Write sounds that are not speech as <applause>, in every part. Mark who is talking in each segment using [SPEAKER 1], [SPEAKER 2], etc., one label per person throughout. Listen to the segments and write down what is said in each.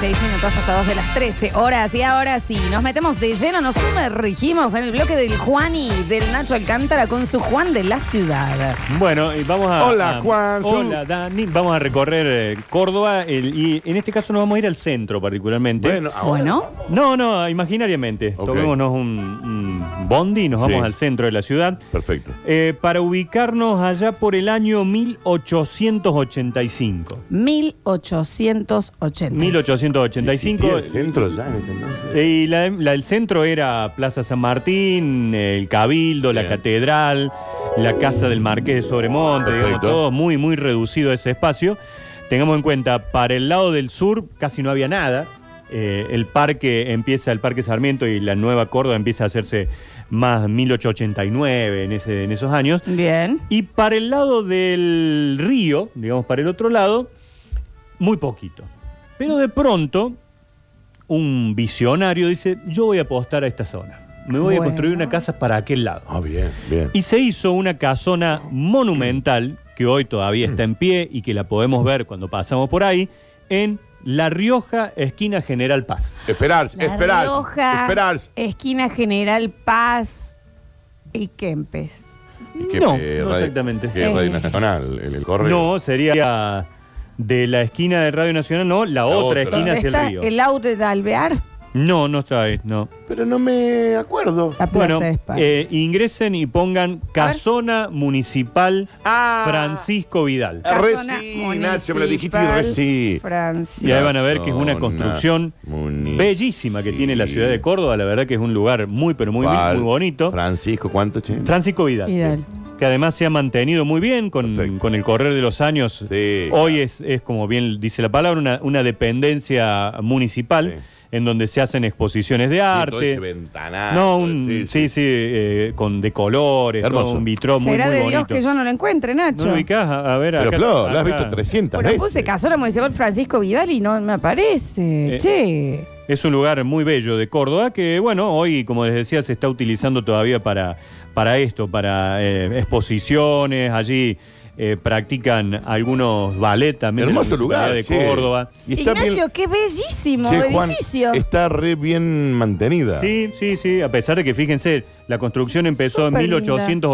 [SPEAKER 1] 16 minutos pasados de las 13 horas. Y ahora sí, nos metemos de lleno, nos sumergimos en el bloque del Juani, del Nacho Alcántara con su Juan de la ciudad.
[SPEAKER 2] Bueno, y vamos a.
[SPEAKER 3] Hola,
[SPEAKER 2] a-
[SPEAKER 3] Juan.
[SPEAKER 2] Hola, Dani. Vamos a recorrer eh, Córdoba el- y en este caso nos vamos a ir al centro particularmente.
[SPEAKER 3] Bueno, ahora-
[SPEAKER 1] Bueno,
[SPEAKER 2] No, no, imaginariamente.
[SPEAKER 3] Ok.
[SPEAKER 2] Tomémonos un, un bondi y nos vamos
[SPEAKER 3] Sí.
[SPEAKER 2] al centro de la ciudad.
[SPEAKER 3] Perfecto.
[SPEAKER 2] eh, para ubicarnos allá por el año 1885.
[SPEAKER 1] 1880.
[SPEAKER 2] 1885.
[SPEAKER 3] ¿Existía el centro ya en ese entonces?
[SPEAKER 2] Y la, la del centro era Plaza San Martín, el Cabildo, la
[SPEAKER 3] Bien.
[SPEAKER 2] Catedral, la Casa del Marqués de Sobremonte, digamos,
[SPEAKER 3] Perfecto.
[SPEAKER 2] todo muy, muy reducido ese espacio. Tengamos en cuenta, para el lado del sur casi no había nada. Eh, el parque empieza, el Parque Sarmiento y la Nueva Córdoba empieza a hacerse más 1889 en, ese, en esos años.
[SPEAKER 1] Bien.
[SPEAKER 2] Y para el lado del río, digamos para el otro lado, muy poquito. Pero de pronto, un visionario dice, yo voy a apostar a esta zona. Me voy
[SPEAKER 1] Bueno.
[SPEAKER 2] a construir una casa para aquel lado.
[SPEAKER 3] Ah, bien, bien.
[SPEAKER 2] Y se hizo una casona monumental, que hoy todavía está en pie y que la podemos ver cuando pasamos por ahí, en La Rioja, esquina General Paz.
[SPEAKER 3] Esperarse,
[SPEAKER 1] La
[SPEAKER 3] esperarse,
[SPEAKER 1] Rioja,
[SPEAKER 3] esperarse.
[SPEAKER 1] Esquina General Paz, el Kempes.
[SPEAKER 3] ¿Y qué,
[SPEAKER 2] no,
[SPEAKER 3] eh,
[SPEAKER 2] no
[SPEAKER 3] radio-
[SPEAKER 2] exactamente.
[SPEAKER 3] ¿Qué radio
[SPEAKER 1] Eh.
[SPEAKER 3] nacional? El, el correo.
[SPEAKER 2] No, sería de la esquina de Radio Nacional, no, la, otra,
[SPEAKER 3] otra.
[SPEAKER 2] esquina hacia
[SPEAKER 1] ¿Está
[SPEAKER 2] el río.
[SPEAKER 1] el Aure de Alvear?
[SPEAKER 2] No, no está ahí, no.
[SPEAKER 3] Pero no me acuerdo.
[SPEAKER 1] La Plaza
[SPEAKER 2] Bueno,
[SPEAKER 1] de España.
[SPEAKER 2] eh, ingresen y pongan Casona Municipal
[SPEAKER 3] Ah.
[SPEAKER 2] Francisco Vidal.
[SPEAKER 3] Ah, re
[SPEAKER 1] Casona
[SPEAKER 3] sí, Nacho, me lo dijiste y
[SPEAKER 1] municipal,
[SPEAKER 3] re sí.
[SPEAKER 1] Francisco.
[SPEAKER 2] Y ahí van a ver que es una
[SPEAKER 3] Casona
[SPEAKER 2] construcción
[SPEAKER 3] muni-
[SPEAKER 2] bellísima que tiene la ciudad de Córdoba. La verdad que es un lugar muy, pero muy,
[SPEAKER 3] Val-
[SPEAKER 2] muy bonito.
[SPEAKER 3] Francisco, ¿cuánto, che?
[SPEAKER 2] Francisco Vidal,
[SPEAKER 1] Vidal.
[SPEAKER 2] que además se ha mantenido muy bien con,
[SPEAKER 3] Perfecto.
[SPEAKER 2] con el correr de los años.
[SPEAKER 3] Sí.
[SPEAKER 2] Hoy es, es, como bien dice la palabra, una, una dependencia municipal
[SPEAKER 3] Sí.
[SPEAKER 2] en donde se hacen exposiciones de
[SPEAKER 3] Y todo
[SPEAKER 2] arte.
[SPEAKER 3] ese ventanal.
[SPEAKER 2] No, un, sí, sí, eh, con de colores,
[SPEAKER 3] Hermoso.
[SPEAKER 2] todo un vitro muy,
[SPEAKER 1] Será
[SPEAKER 2] muy
[SPEAKER 1] de
[SPEAKER 2] bonito.
[SPEAKER 1] Dios que yo no lo encuentre, Nacho.
[SPEAKER 2] ¿No lo ubicás? A a ver,
[SPEAKER 3] Pero
[SPEAKER 2] acá-
[SPEAKER 3] Flor, lo has
[SPEAKER 2] acá.
[SPEAKER 3] visto 300
[SPEAKER 1] Bueno,
[SPEAKER 3] veces.
[SPEAKER 1] puse Casona Municipal Francisco Vidal y no me aparece.
[SPEAKER 2] Eh.
[SPEAKER 1] Che.
[SPEAKER 2] Es un lugar muy bello de Córdoba que, bueno, hoy, como les decía, se está utilizando todavía para, para esto, para eh, exposiciones. Allí eh, practican algunos ballet también. de la
[SPEAKER 3] Hermoso
[SPEAKER 2] Municipalidad
[SPEAKER 3] lugar.
[SPEAKER 2] de
[SPEAKER 3] che.
[SPEAKER 2] Córdoba.
[SPEAKER 3] Y está bien-
[SPEAKER 1] Ignacio, qué bellísimo
[SPEAKER 3] Che, Juan,
[SPEAKER 1] edificio.
[SPEAKER 3] está re bien mantenida.
[SPEAKER 2] Sí, sí, sí. A pesar de que, fíjense, la construcción empezó
[SPEAKER 1] Súper
[SPEAKER 2] en
[SPEAKER 1] linda.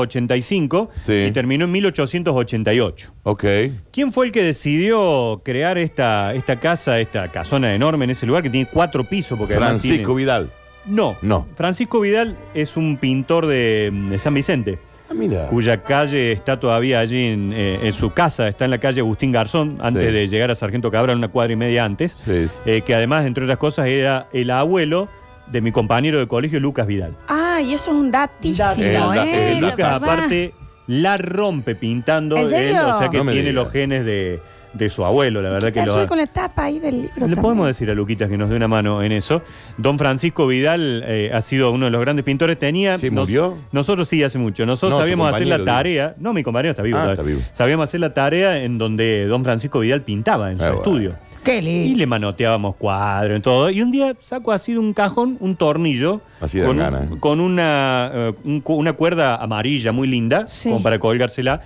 [SPEAKER 2] 1885
[SPEAKER 3] Sí.
[SPEAKER 2] y terminó en 1888.
[SPEAKER 3] Ok.
[SPEAKER 2] ¿Quién fue el que decidió crear esta, esta casa, esta casona enorme en ese lugar que tiene cuatro pisos? Porque además
[SPEAKER 3] Francisco
[SPEAKER 2] tiene-
[SPEAKER 3] Vidal.
[SPEAKER 2] No,
[SPEAKER 3] No.
[SPEAKER 2] Francisco Vidal es un pintor de, mm, de San Vicente,
[SPEAKER 3] Ah, mira.
[SPEAKER 2] cuya calle está todavía allí en, eh, en su casa, está en la calle Agustín Garzón, antes
[SPEAKER 3] Sí.
[SPEAKER 2] de llegar a Sargento Cabral, una cuadra y media antes,
[SPEAKER 3] Sí.
[SPEAKER 2] eh, que además, entre otras cosas, era el abuelo de mi compañero de colegio, Lucas Vidal.
[SPEAKER 1] Ah, y eso es un datísimo,
[SPEAKER 3] Dato. El da-
[SPEAKER 1] ¿eh?
[SPEAKER 3] el
[SPEAKER 1] La
[SPEAKER 2] Lucas,
[SPEAKER 1] verdad.
[SPEAKER 2] aparte, la rompe pintando,
[SPEAKER 1] ¿En
[SPEAKER 2] él,
[SPEAKER 1] serio?
[SPEAKER 2] o sea que
[SPEAKER 3] No me
[SPEAKER 2] tiene
[SPEAKER 3] digas.
[SPEAKER 2] los genes de, de su abuelo, la verdad que
[SPEAKER 1] Te
[SPEAKER 2] lo
[SPEAKER 1] ayude
[SPEAKER 2] ha-
[SPEAKER 1] con la tapa ahí del libro.
[SPEAKER 2] Le
[SPEAKER 1] también.
[SPEAKER 2] podemos decir a Luquitas que nos dé una mano en eso. Don Francisco Vidal eh, ha sido uno de los grandes pintores. Tenía.
[SPEAKER 3] Sí,
[SPEAKER 2] nos-
[SPEAKER 3] murió.
[SPEAKER 2] nosotros sí, hace mucho. Nosotros
[SPEAKER 3] No, tu
[SPEAKER 2] sabíamos hacer la
[SPEAKER 3] compañero,
[SPEAKER 2] tarea. No, mi compañero está vivo.
[SPEAKER 3] Ah,
[SPEAKER 2] todavía.
[SPEAKER 3] está vivo.
[SPEAKER 2] Sabíamos hacer la tarea en donde don Francisco Vidal pintaba en su
[SPEAKER 3] Ah, bueno.
[SPEAKER 2] estudio.
[SPEAKER 1] Qué
[SPEAKER 2] Y
[SPEAKER 1] lindo.
[SPEAKER 2] le manoteábamos cuadro y todo. Y un día saco así de un cajón un tornillo
[SPEAKER 3] Así dan
[SPEAKER 2] con,
[SPEAKER 3] ganas,
[SPEAKER 2] un-
[SPEAKER 3] ¿eh?
[SPEAKER 2] con una, eh, un cu- una cuerda amarilla muy linda,
[SPEAKER 1] Sí.
[SPEAKER 2] como para colgársela.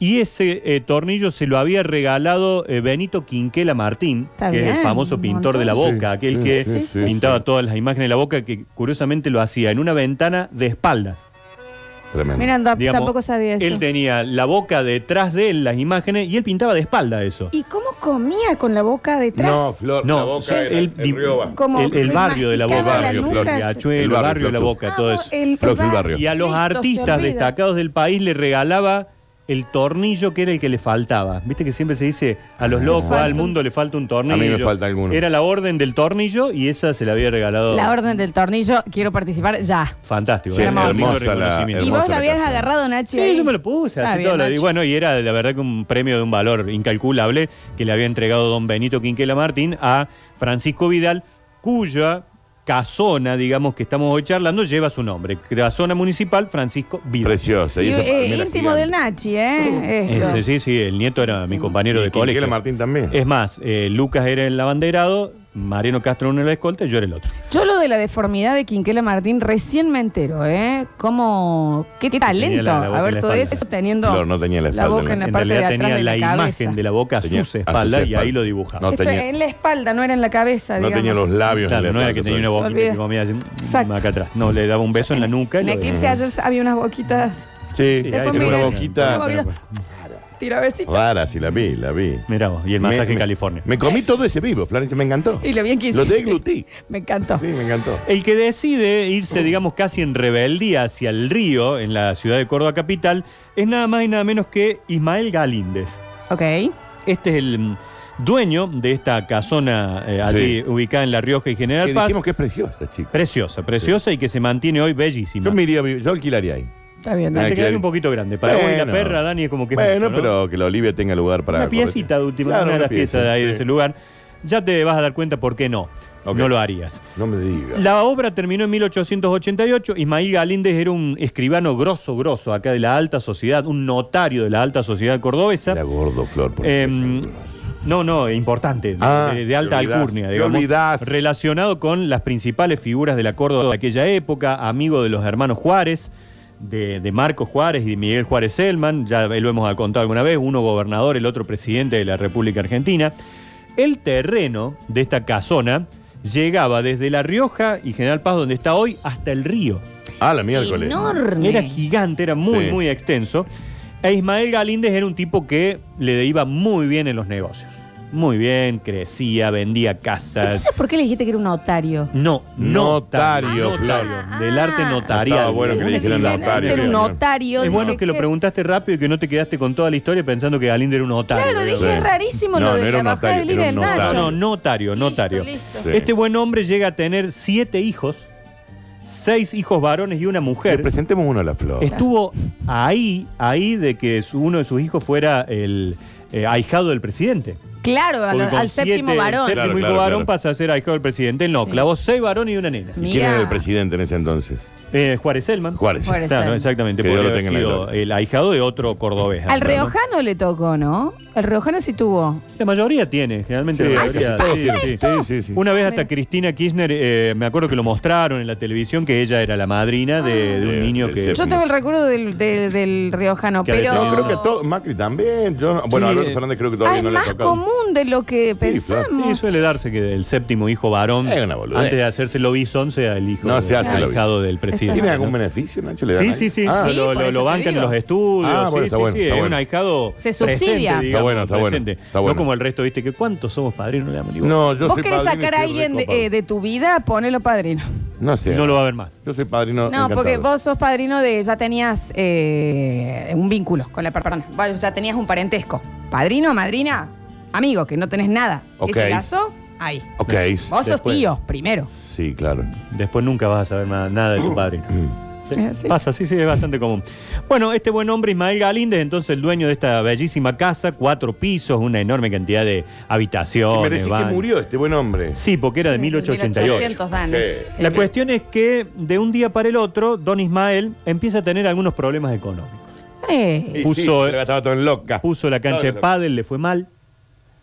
[SPEAKER 2] Y ese eh, tornillo se lo había regalado eh, Benito Quinquela Martín,
[SPEAKER 1] Está
[SPEAKER 2] que es
[SPEAKER 1] bien,
[SPEAKER 2] el famoso
[SPEAKER 1] un
[SPEAKER 2] pintor de la
[SPEAKER 1] montón.
[SPEAKER 2] boca,
[SPEAKER 3] Sí,
[SPEAKER 2] aquel
[SPEAKER 3] sí,
[SPEAKER 2] que
[SPEAKER 1] sí, sí,
[SPEAKER 2] pintaba todas las imágenes de la boca, que curiosamente lo hacía en una ventana de espaldas.
[SPEAKER 3] Tremendo.
[SPEAKER 1] Mira, anda,
[SPEAKER 2] Digamos,
[SPEAKER 1] tampoco sabía eso.
[SPEAKER 2] Él tenía la boca detrás de él, las imágenes, y él pintaba de espalda eso.
[SPEAKER 1] ¿Y cómo comía con la boca detrás?
[SPEAKER 3] No, Flor,
[SPEAKER 2] No,
[SPEAKER 3] la boca
[SPEAKER 2] sí,
[SPEAKER 3] era-
[SPEAKER 2] el-
[SPEAKER 3] el río va.
[SPEAKER 1] Como
[SPEAKER 2] el, el
[SPEAKER 1] que
[SPEAKER 2] barrio de la boca,
[SPEAKER 1] masticaba
[SPEAKER 3] la
[SPEAKER 2] barrio,
[SPEAKER 3] nuca,
[SPEAKER 2] Flor,
[SPEAKER 3] sí.
[SPEAKER 2] Riachuelo,
[SPEAKER 3] El
[SPEAKER 2] el
[SPEAKER 3] barrio,
[SPEAKER 2] barrio de la
[SPEAKER 3] Flor,
[SPEAKER 2] boca, todo eso.
[SPEAKER 1] el
[SPEAKER 3] Flor del
[SPEAKER 1] bar-
[SPEAKER 3] barrio.
[SPEAKER 2] Y a los
[SPEAKER 1] Listo, se
[SPEAKER 2] artistas
[SPEAKER 1] olvida.
[SPEAKER 2] destacados del país le regalaba el tornillo que era el que le faltaba. Viste que siempre se dice a los locos,
[SPEAKER 1] falta
[SPEAKER 2] al
[SPEAKER 1] un-
[SPEAKER 2] mundo le falta un tornillo.
[SPEAKER 3] Ah, A mí me falta alguno.
[SPEAKER 2] Era la orden del tornillo y esa se la había regalado.
[SPEAKER 1] La orden del tornillo, quiero participar ya.
[SPEAKER 2] Fantástico.
[SPEAKER 3] Sí,
[SPEAKER 2] ¿eh?
[SPEAKER 1] hermosa
[SPEAKER 2] Digno
[SPEAKER 3] la-
[SPEAKER 2] reconocimiento.
[SPEAKER 1] Y
[SPEAKER 3] Hermosa
[SPEAKER 1] vos la
[SPEAKER 3] la
[SPEAKER 1] habías
[SPEAKER 3] canción.
[SPEAKER 1] agarrado, Nacho.
[SPEAKER 2] Sí,
[SPEAKER 1] ahí.
[SPEAKER 2] yo me lo puse,
[SPEAKER 1] Está
[SPEAKER 2] así
[SPEAKER 1] bien,
[SPEAKER 2] todo. la- Y
[SPEAKER 1] Nacho.
[SPEAKER 2] bueno, y era la verdad que un premio de un valor incalculable que le había entregado don Benito Quinquela Martín a Francisco Vidal, cuya casona, digamos, que estamos hoy charlando, lleva su nombre. Casona Municipal Francisco Vidal.
[SPEAKER 3] Preciosa.
[SPEAKER 1] Y,
[SPEAKER 3] esa
[SPEAKER 1] eh,
[SPEAKER 3] palmera
[SPEAKER 1] íntimo
[SPEAKER 3] gigante.
[SPEAKER 1] del Nachi, ¿eh? Esto.
[SPEAKER 2] Ese, sí, sí, el nieto era mi compañero
[SPEAKER 3] Y
[SPEAKER 2] de
[SPEAKER 3] Quinquela
[SPEAKER 2] colegio.
[SPEAKER 3] Martín también.
[SPEAKER 2] Es más, eh, Lucas era el abanderado, Mariano Castro uno era la escolta y yo era el otro.
[SPEAKER 1] Yo lo de la deformidad de Quinquela Martín recién me entero, ¿eh? ¿Cómo? ¿Qué talento?
[SPEAKER 2] la- la boca
[SPEAKER 1] a
[SPEAKER 3] en
[SPEAKER 1] ver,
[SPEAKER 3] la
[SPEAKER 1] todo
[SPEAKER 3] espalda.
[SPEAKER 1] eso teniendo
[SPEAKER 3] Claro, no tenía la espalda
[SPEAKER 1] boca en
[SPEAKER 3] en la-
[SPEAKER 1] la
[SPEAKER 2] en
[SPEAKER 1] parte de
[SPEAKER 2] realidad
[SPEAKER 1] atrás
[SPEAKER 2] tenía
[SPEAKER 1] de la,
[SPEAKER 2] la,
[SPEAKER 1] cabeza.
[SPEAKER 2] imagen de la boca a
[SPEAKER 3] Tenía-
[SPEAKER 2] sus
[SPEAKER 3] a sus
[SPEAKER 2] espaldas y
[SPEAKER 3] espaldas.
[SPEAKER 2] ahí lo dibujaba.
[SPEAKER 3] No
[SPEAKER 2] Claro,
[SPEAKER 1] Esto
[SPEAKER 3] tenía-
[SPEAKER 1] en la espalda, no era en la cabeza,
[SPEAKER 3] No
[SPEAKER 1] digamos.
[SPEAKER 3] tenía los
[SPEAKER 2] No,
[SPEAKER 3] labios. en la
[SPEAKER 2] era
[SPEAKER 3] espalda,
[SPEAKER 2] que tenía una
[SPEAKER 3] sobre-
[SPEAKER 2] boca que
[SPEAKER 1] Olvida.
[SPEAKER 2] comía así,
[SPEAKER 1] Exacto.
[SPEAKER 2] acá atrás. No, le daba un beso en la nuca. y
[SPEAKER 1] En
[SPEAKER 2] lo-
[SPEAKER 1] Eclipse ayer había unas boquitas
[SPEAKER 3] Sí,
[SPEAKER 2] Sí,
[SPEAKER 1] Después
[SPEAKER 2] ahí se
[SPEAKER 3] tiene una
[SPEAKER 2] fue.
[SPEAKER 3] boquita
[SPEAKER 1] Una boquita. tirabecitas.
[SPEAKER 3] rara, sí la vi, la vi.
[SPEAKER 2] Mirá vos, y el masaje
[SPEAKER 3] Me-
[SPEAKER 2] en
[SPEAKER 3] me-
[SPEAKER 2] California.
[SPEAKER 3] Me comí todo ese vivo, Florencia, me encantó.
[SPEAKER 1] Y lo bien que
[SPEAKER 3] Lo
[SPEAKER 1] hiciste.
[SPEAKER 3] deglutí.
[SPEAKER 1] <laughs> Me encantó.
[SPEAKER 3] Sí, me encantó.
[SPEAKER 2] El que decide
[SPEAKER 3] Mm.
[SPEAKER 2] irse, digamos, casi en rebeldía hacia el río, en la ciudad de Córdoba capital, es nada más y nada menos que Ismael Galíndez.
[SPEAKER 1] Ok.
[SPEAKER 2] Este es el mm, dueño de esta casona eh, allí
[SPEAKER 3] Sí.
[SPEAKER 2] ubicada en La Rioja y General
[SPEAKER 3] Que
[SPEAKER 2] Paz.
[SPEAKER 3] dijimos que es preciosa, chico.
[SPEAKER 2] Preciosa, preciosa y que se mantiene hoy bellísima.
[SPEAKER 3] Yo me iría a vivir, yo alquilaría ahí.
[SPEAKER 1] Está bien.
[SPEAKER 2] Te
[SPEAKER 1] ¿no?
[SPEAKER 3] Ay,
[SPEAKER 2] quedaste
[SPEAKER 3] claro.
[SPEAKER 2] un poquito grande. Para vos y la
[SPEAKER 3] Bueno.
[SPEAKER 2] perra, Dani, es como que es mucho,
[SPEAKER 3] bueno,
[SPEAKER 2] ¿no?
[SPEAKER 3] pero que la Olivia tenga lugar para.
[SPEAKER 2] Una piecita de última,
[SPEAKER 3] Claro,
[SPEAKER 2] una de
[SPEAKER 3] una
[SPEAKER 2] las piezas
[SPEAKER 3] pieza,
[SPEAKER 2] de ahí de
[SPEAKER 3] sí.
[SPEAKER 2] ese lugar. Ya te vas a dar cuenta por qué no.
[SPEAKER 3] Ok.
[SPEAKER 2] No lo harías.
[SPEAKER 3] No me digas.
[SPEAKER 2] La obra terminó en 1888. Ismael Galíndez era un escribano grosso, grosso, acá de la alta sociedad, un notario de la alta sociedad cordobesa.
[SPEAKER 3] Era gordo, Flor, por
[SPEAKER 2] Eh,
[SPEAKER 3] ejemplo.
[SPEAKER 2] no, no, importante, de-
[SPEAKER 3] Ah,
[SPEAKER 2] de, de alta
[SPEAKER 3] te olvidás,
[SPEAKER 2] alcurnia,
[SPEAKER 3] te
[SPEAKER 2] digamos.
[SPEAKER 3] olvidás.
[SPEAKER 2] Relacionado con las principales figuras de la Córdoba de aquella época, amigo de los hermanos Juárez, de, de Marcos Juárez y de Miguel Juárez Selman, ya lo hemos contado alguna vez, uno gobernador, el otro presidente de la República Argentina. El terreno de esta casona llegaba desde La Rioja y General Paz, donde está hoy, hasta el río.
[SPEAKER 3] Ah, la miércoles.
[SPEAKER 1] Enorme.
[SPEAKER 2] Era gigante, era muy,
[SPEAKER 3] Sí.
[SPEAKER 2] muy extenso. E Ismael Galíndez era un tipo que le iba muy bien en los negocios. Muy bien, crecía, vendía casas.
[SPEAKER 1] Entonces, ¿por qué le dijiste que era un otario?
[SPEAKER 2] No,
[SPEAKER 3] Notario,
[SPEAKER 1] Flor.
[SPEAKER 2] Del arte
[SPEAKER 1] Ah.
[SPEAKER 2] notarial.
[SPEAKER 3] Estaba bueno que le
[SPEAKER 1] Entonces,
[SPEAKER 3] dijeran
[SPEAKER 1] dicen,
[SPEAKER 3] notario,
[SPEAKER 1] "Ah, Era un
[SPEAKER 3] claro.
[SPEAKER 1] notario.
[SPEAKER 2] Es bueno
[SPEAKER 1] dije,
[SPEAKER 2] que lo
[SPEAKER 1] ¿qué?
[SPEAKER 2] preguntaste rápido y que no te quedaste con toda la historia pensando que Galíndez era un notario.
[SPEAKER 1] Claro,
[SPEAKER 2] digamos.
[SPEAKER 1] dije
[SPEAKER 3] Sí.
[SPEAKER 1] rarísimo lo
[SPEAKER 3] No,
[SPEAKER 1] de
[SPEAKER 3] no era
[SPEAKER 1] la
[SPEAKER 3] un
[SPEAKER 1] bajada
[SPEAKER 3] notario,
[SPEAKER 1] del IVA
[SPEAKER 3] era
[SPEAKER 1] del
[SPEAKER 3] un
[SPEAKER 1] Nacho.
[SPEAKER 2] No, notario,
[SPEAKER 1] Listo,
[SPEAKER 2] notario.
[SPEAKER 1] listo.
[SPEAKER 3] Sí.
[SPEAKER 2] Este buen hombre llega a tener siete hijos, seis hijos varones y una
[SPEAKER 3] Le
[SPEAKER 2] mujer.
[SPEAKER 3] presentemos uno a la Flor.
[SPEAKER 2] Estuvo ahí, ahí de que su- uno de sus hijos fuera el eh, ahijado del presidente.
[SPEAKER 1] Claro, al,
[SPEAKER 2] Porque con
[SPEAKER 1] al séptimo
[SPEAKER 2] siete-
[SPEAKER 1] varón.
[SPEAKER 2] El séptimo
[SPEAKER 3] Claro,
[SPEAKER 2] hijo
[SPEAKER 3] claro,
[SPEAKER 2] varón
[SPEAKER 3] claro.
[SPEAKER 2] pasa a ser ahijado del presidente. Él No,
[SPEAKER 1] Sí.
[SPEAKER 2] clavó seis varones y una nena.
[SPEAKER 3] ¿Y quién era
[SPEAKER 1] Mirá.
[SPEAKER 3] el presidente en ese entonces?
[SPEAKER 2] Eh, Juárez Selman.
[SPEAKER 3] Juárez.
[SPEAKER 1] Juárez.
[SPEAKER 2] Claro,
[SPEAKER 1] Selman.
[SPEAKER 2] exactamente.
[SPEAKER 3] Que
[SPEAKER 2] Podría
[SPEAKER 3] Dios lo
[SPEAKER 2] haber
[SPEAKER 3] tenga en la
[SPEAKER 2] sido
[SPEAKER 3] gloria.
[SPEAKER 2] el ahijado de otro cordobés.
[SPEAKER 1] Al
[SPEAKER 2] ¿no?
[SPEAKER 1] Riojano le tocó, ¿no? El Riojano sí tuvo.
[SPEAKER 2] La mayoría tiene, generalmente. la
[SPEAKER 3] casi
[SPEAKER 2] mayoría-
[SPEAKER 3] todos
[SPEAKER 2] sí,
[SPEAKER 3] tienen.
[SPEAKER 2] sí.
[SPEAKER 3] sí, sí, sí.
[SPEAKER 2] Una vez hasta
[SPEAKER 1] Mira.
[SPEAKER 2] Cristina Kirchner, eh, me acuerdo que lo mostraron en la televisión, que ella era la madrina de, de un
[SPEAKER 3] Ah.
[SPEAKER 2] niño
[SPEAKER 3] Del
[SPEAKER 2] que...
[SPEAKER 1] Yo tengo el recuerdo del, del, del Riojano,
[SPEAKER 2] Que a veces
[SPEAKER 1] pero.
[SPEAKER 2] no
[SPEAKER 3] Creo que a todo, Macri también. Yo, no- bueno,
[SPEAKER 2] Sí.
[SPEAKER 3] Alberto Fernández creo que
[SPEAKER 1] Ah,
[SPEAKER 3] todavía
[SPEAKER 1] es
[SPEAKER 3] no le ha
[SPEAKER 1] más
[SPEAKER 3] tocado.
[SPEAKER 1] común de lo que
[SPEAKER 3] Sí,
[SPEAKER 2] Sí,
[SPEAKER 1] pensamos.
[SPEAKER 2] suele darse que el séptimo hijo varón,
[SPEAKER 3] Es una boludez.
[SPEAKER 2] antes de hacerse lobizón, sea el hijo
[SPEAKER 3] No se hace
[SPEAKER 2] el
[SPEAKER 3] lobizón.
[SPEAKER 2] ahijado del presidente.
[SPEAKER 3] ¿Tiene
[SPEAKER 1] Esto
[SPEAKER 3] algún
[SPEAKER 2] ¿no?
[SPEAKER 3] beneficio, Nacho? ¿Le dan
[SPEAKER 2] Sí,
[SPEAKER 3] ahí?
[SPEAKER 2] sí, sí,
[SPEAKER 3] Ah,
[SPEAKER 1] Sí,
[SPEAKER 2] lo,
[SPEAKER 1] por
[SPEAKER 2] lo-
[SPEAKER 1] eso
[SPEAKER 2] lo
[SPEAKER 1] te
[SPEAKER 2] bancan en
[SPEAKER 1] digo.
[SPEAKER 2] los estudios.
[SPEAKER 3] Ah, bueno,
[SPEAKER 2] sí,
[SPEAKER 3] está
[SPEAKER 2] sí,
[SPEAKER 3] bueno,
[SPEAKER 2] sí,
[SPEAKER 3] está
[SPEAKER 2] es
[SPEAKER 3] bueno.
[SPEAKER 2] un ahijado.
[SPEAKER 1] Se subsidia.
[SPEAKER 2] presente,
[SPEAKER 1] Está
[SPEAKER 2] digamos,
[SPEAKER 3] bueno, está bueno,
[SPEAKER 2] presente.
[SPEAKER 3] está bueno.
[SPEAKER 2] No como el resto, viste, que cuántos somos padrinos de América.
[SPEAKER 3] No, yo
[SPEAKER 1] Vos
[SPEAKER 3] soy
[SPEAKER 1] querés
[SPEAKER 3] padrino y
[SPEAKER 1] sacar a
[SPEAKER 3] soy
[SPEAKER 1] alguien de,
[SPEAKER 3] recopado.
[SPEAKER 1] eh, de tu vida, ponelo padrino.
[SPEAKER 3] No sé.
[SPEAKER 2] no lo va a ver más.
[SPEAKER 3] Yo soy padrino.
[SPEAKER 1] No,
[SPEAKER 3] encantado.
[SPEAKER 1] porque vos sos padrino de. Ya tenías eh, un vínculo con la per- persona. Vos Ya tenías un parentesco. Padrino, madrina, amigo, que no tenés nada.
[SPEAKER 3] Ok.
[SPEAKER 1] Ese lazo, ahí.
[SPEAKER 3] Ok.
[SPEAKER 1] Vos sos
[SPEAKER 2] Después.
[SPEAKER 1] tío, primero.
[SPEAKER 3] Sí,
[SPEAKER 2] <clears throat>
[SPEAKER 3] claro.
[SPEAKER 2] Después nunca vas a saber nada, nada de tu padrino.
[SPEAKER 3] Mm.
[SPEAKER 2] Sí,
[SPEAKER 1] Es así.
[SPEAKER 2] Pasa, sí, sí, es bastante común. Bueno, este buen hombre, Ismael Galíndez, entonces el dueño de esta bellísima casa, cuatro pisos, una enorme cantidad de
[SPEAKER 3] Y me
[SPEAKER 2] habitaciones.
[SPEAKER 3] decís que
[SPEAKER 2] baños.
[SPEAKER 3] murió este buen hombre.
[SPEAKER 2] Sí, porque era de 1888.
[SPEAKER 1] 1800, Dani.
[SPEAKER 3] Sí.
[SPEAKER 2] La cuestión es que de un día para el otro, don Ismael empieza a tener algunos problemas económicos.
[SPEAKER 1] Eh,
[SPEAKER 3] Y
[SPEAKER 2] Puso-
[SPEAKER 3] sí, se lo gastaba todo en loca.
[SPEAKER 2] Puso la cancha de pádel, le fue mal.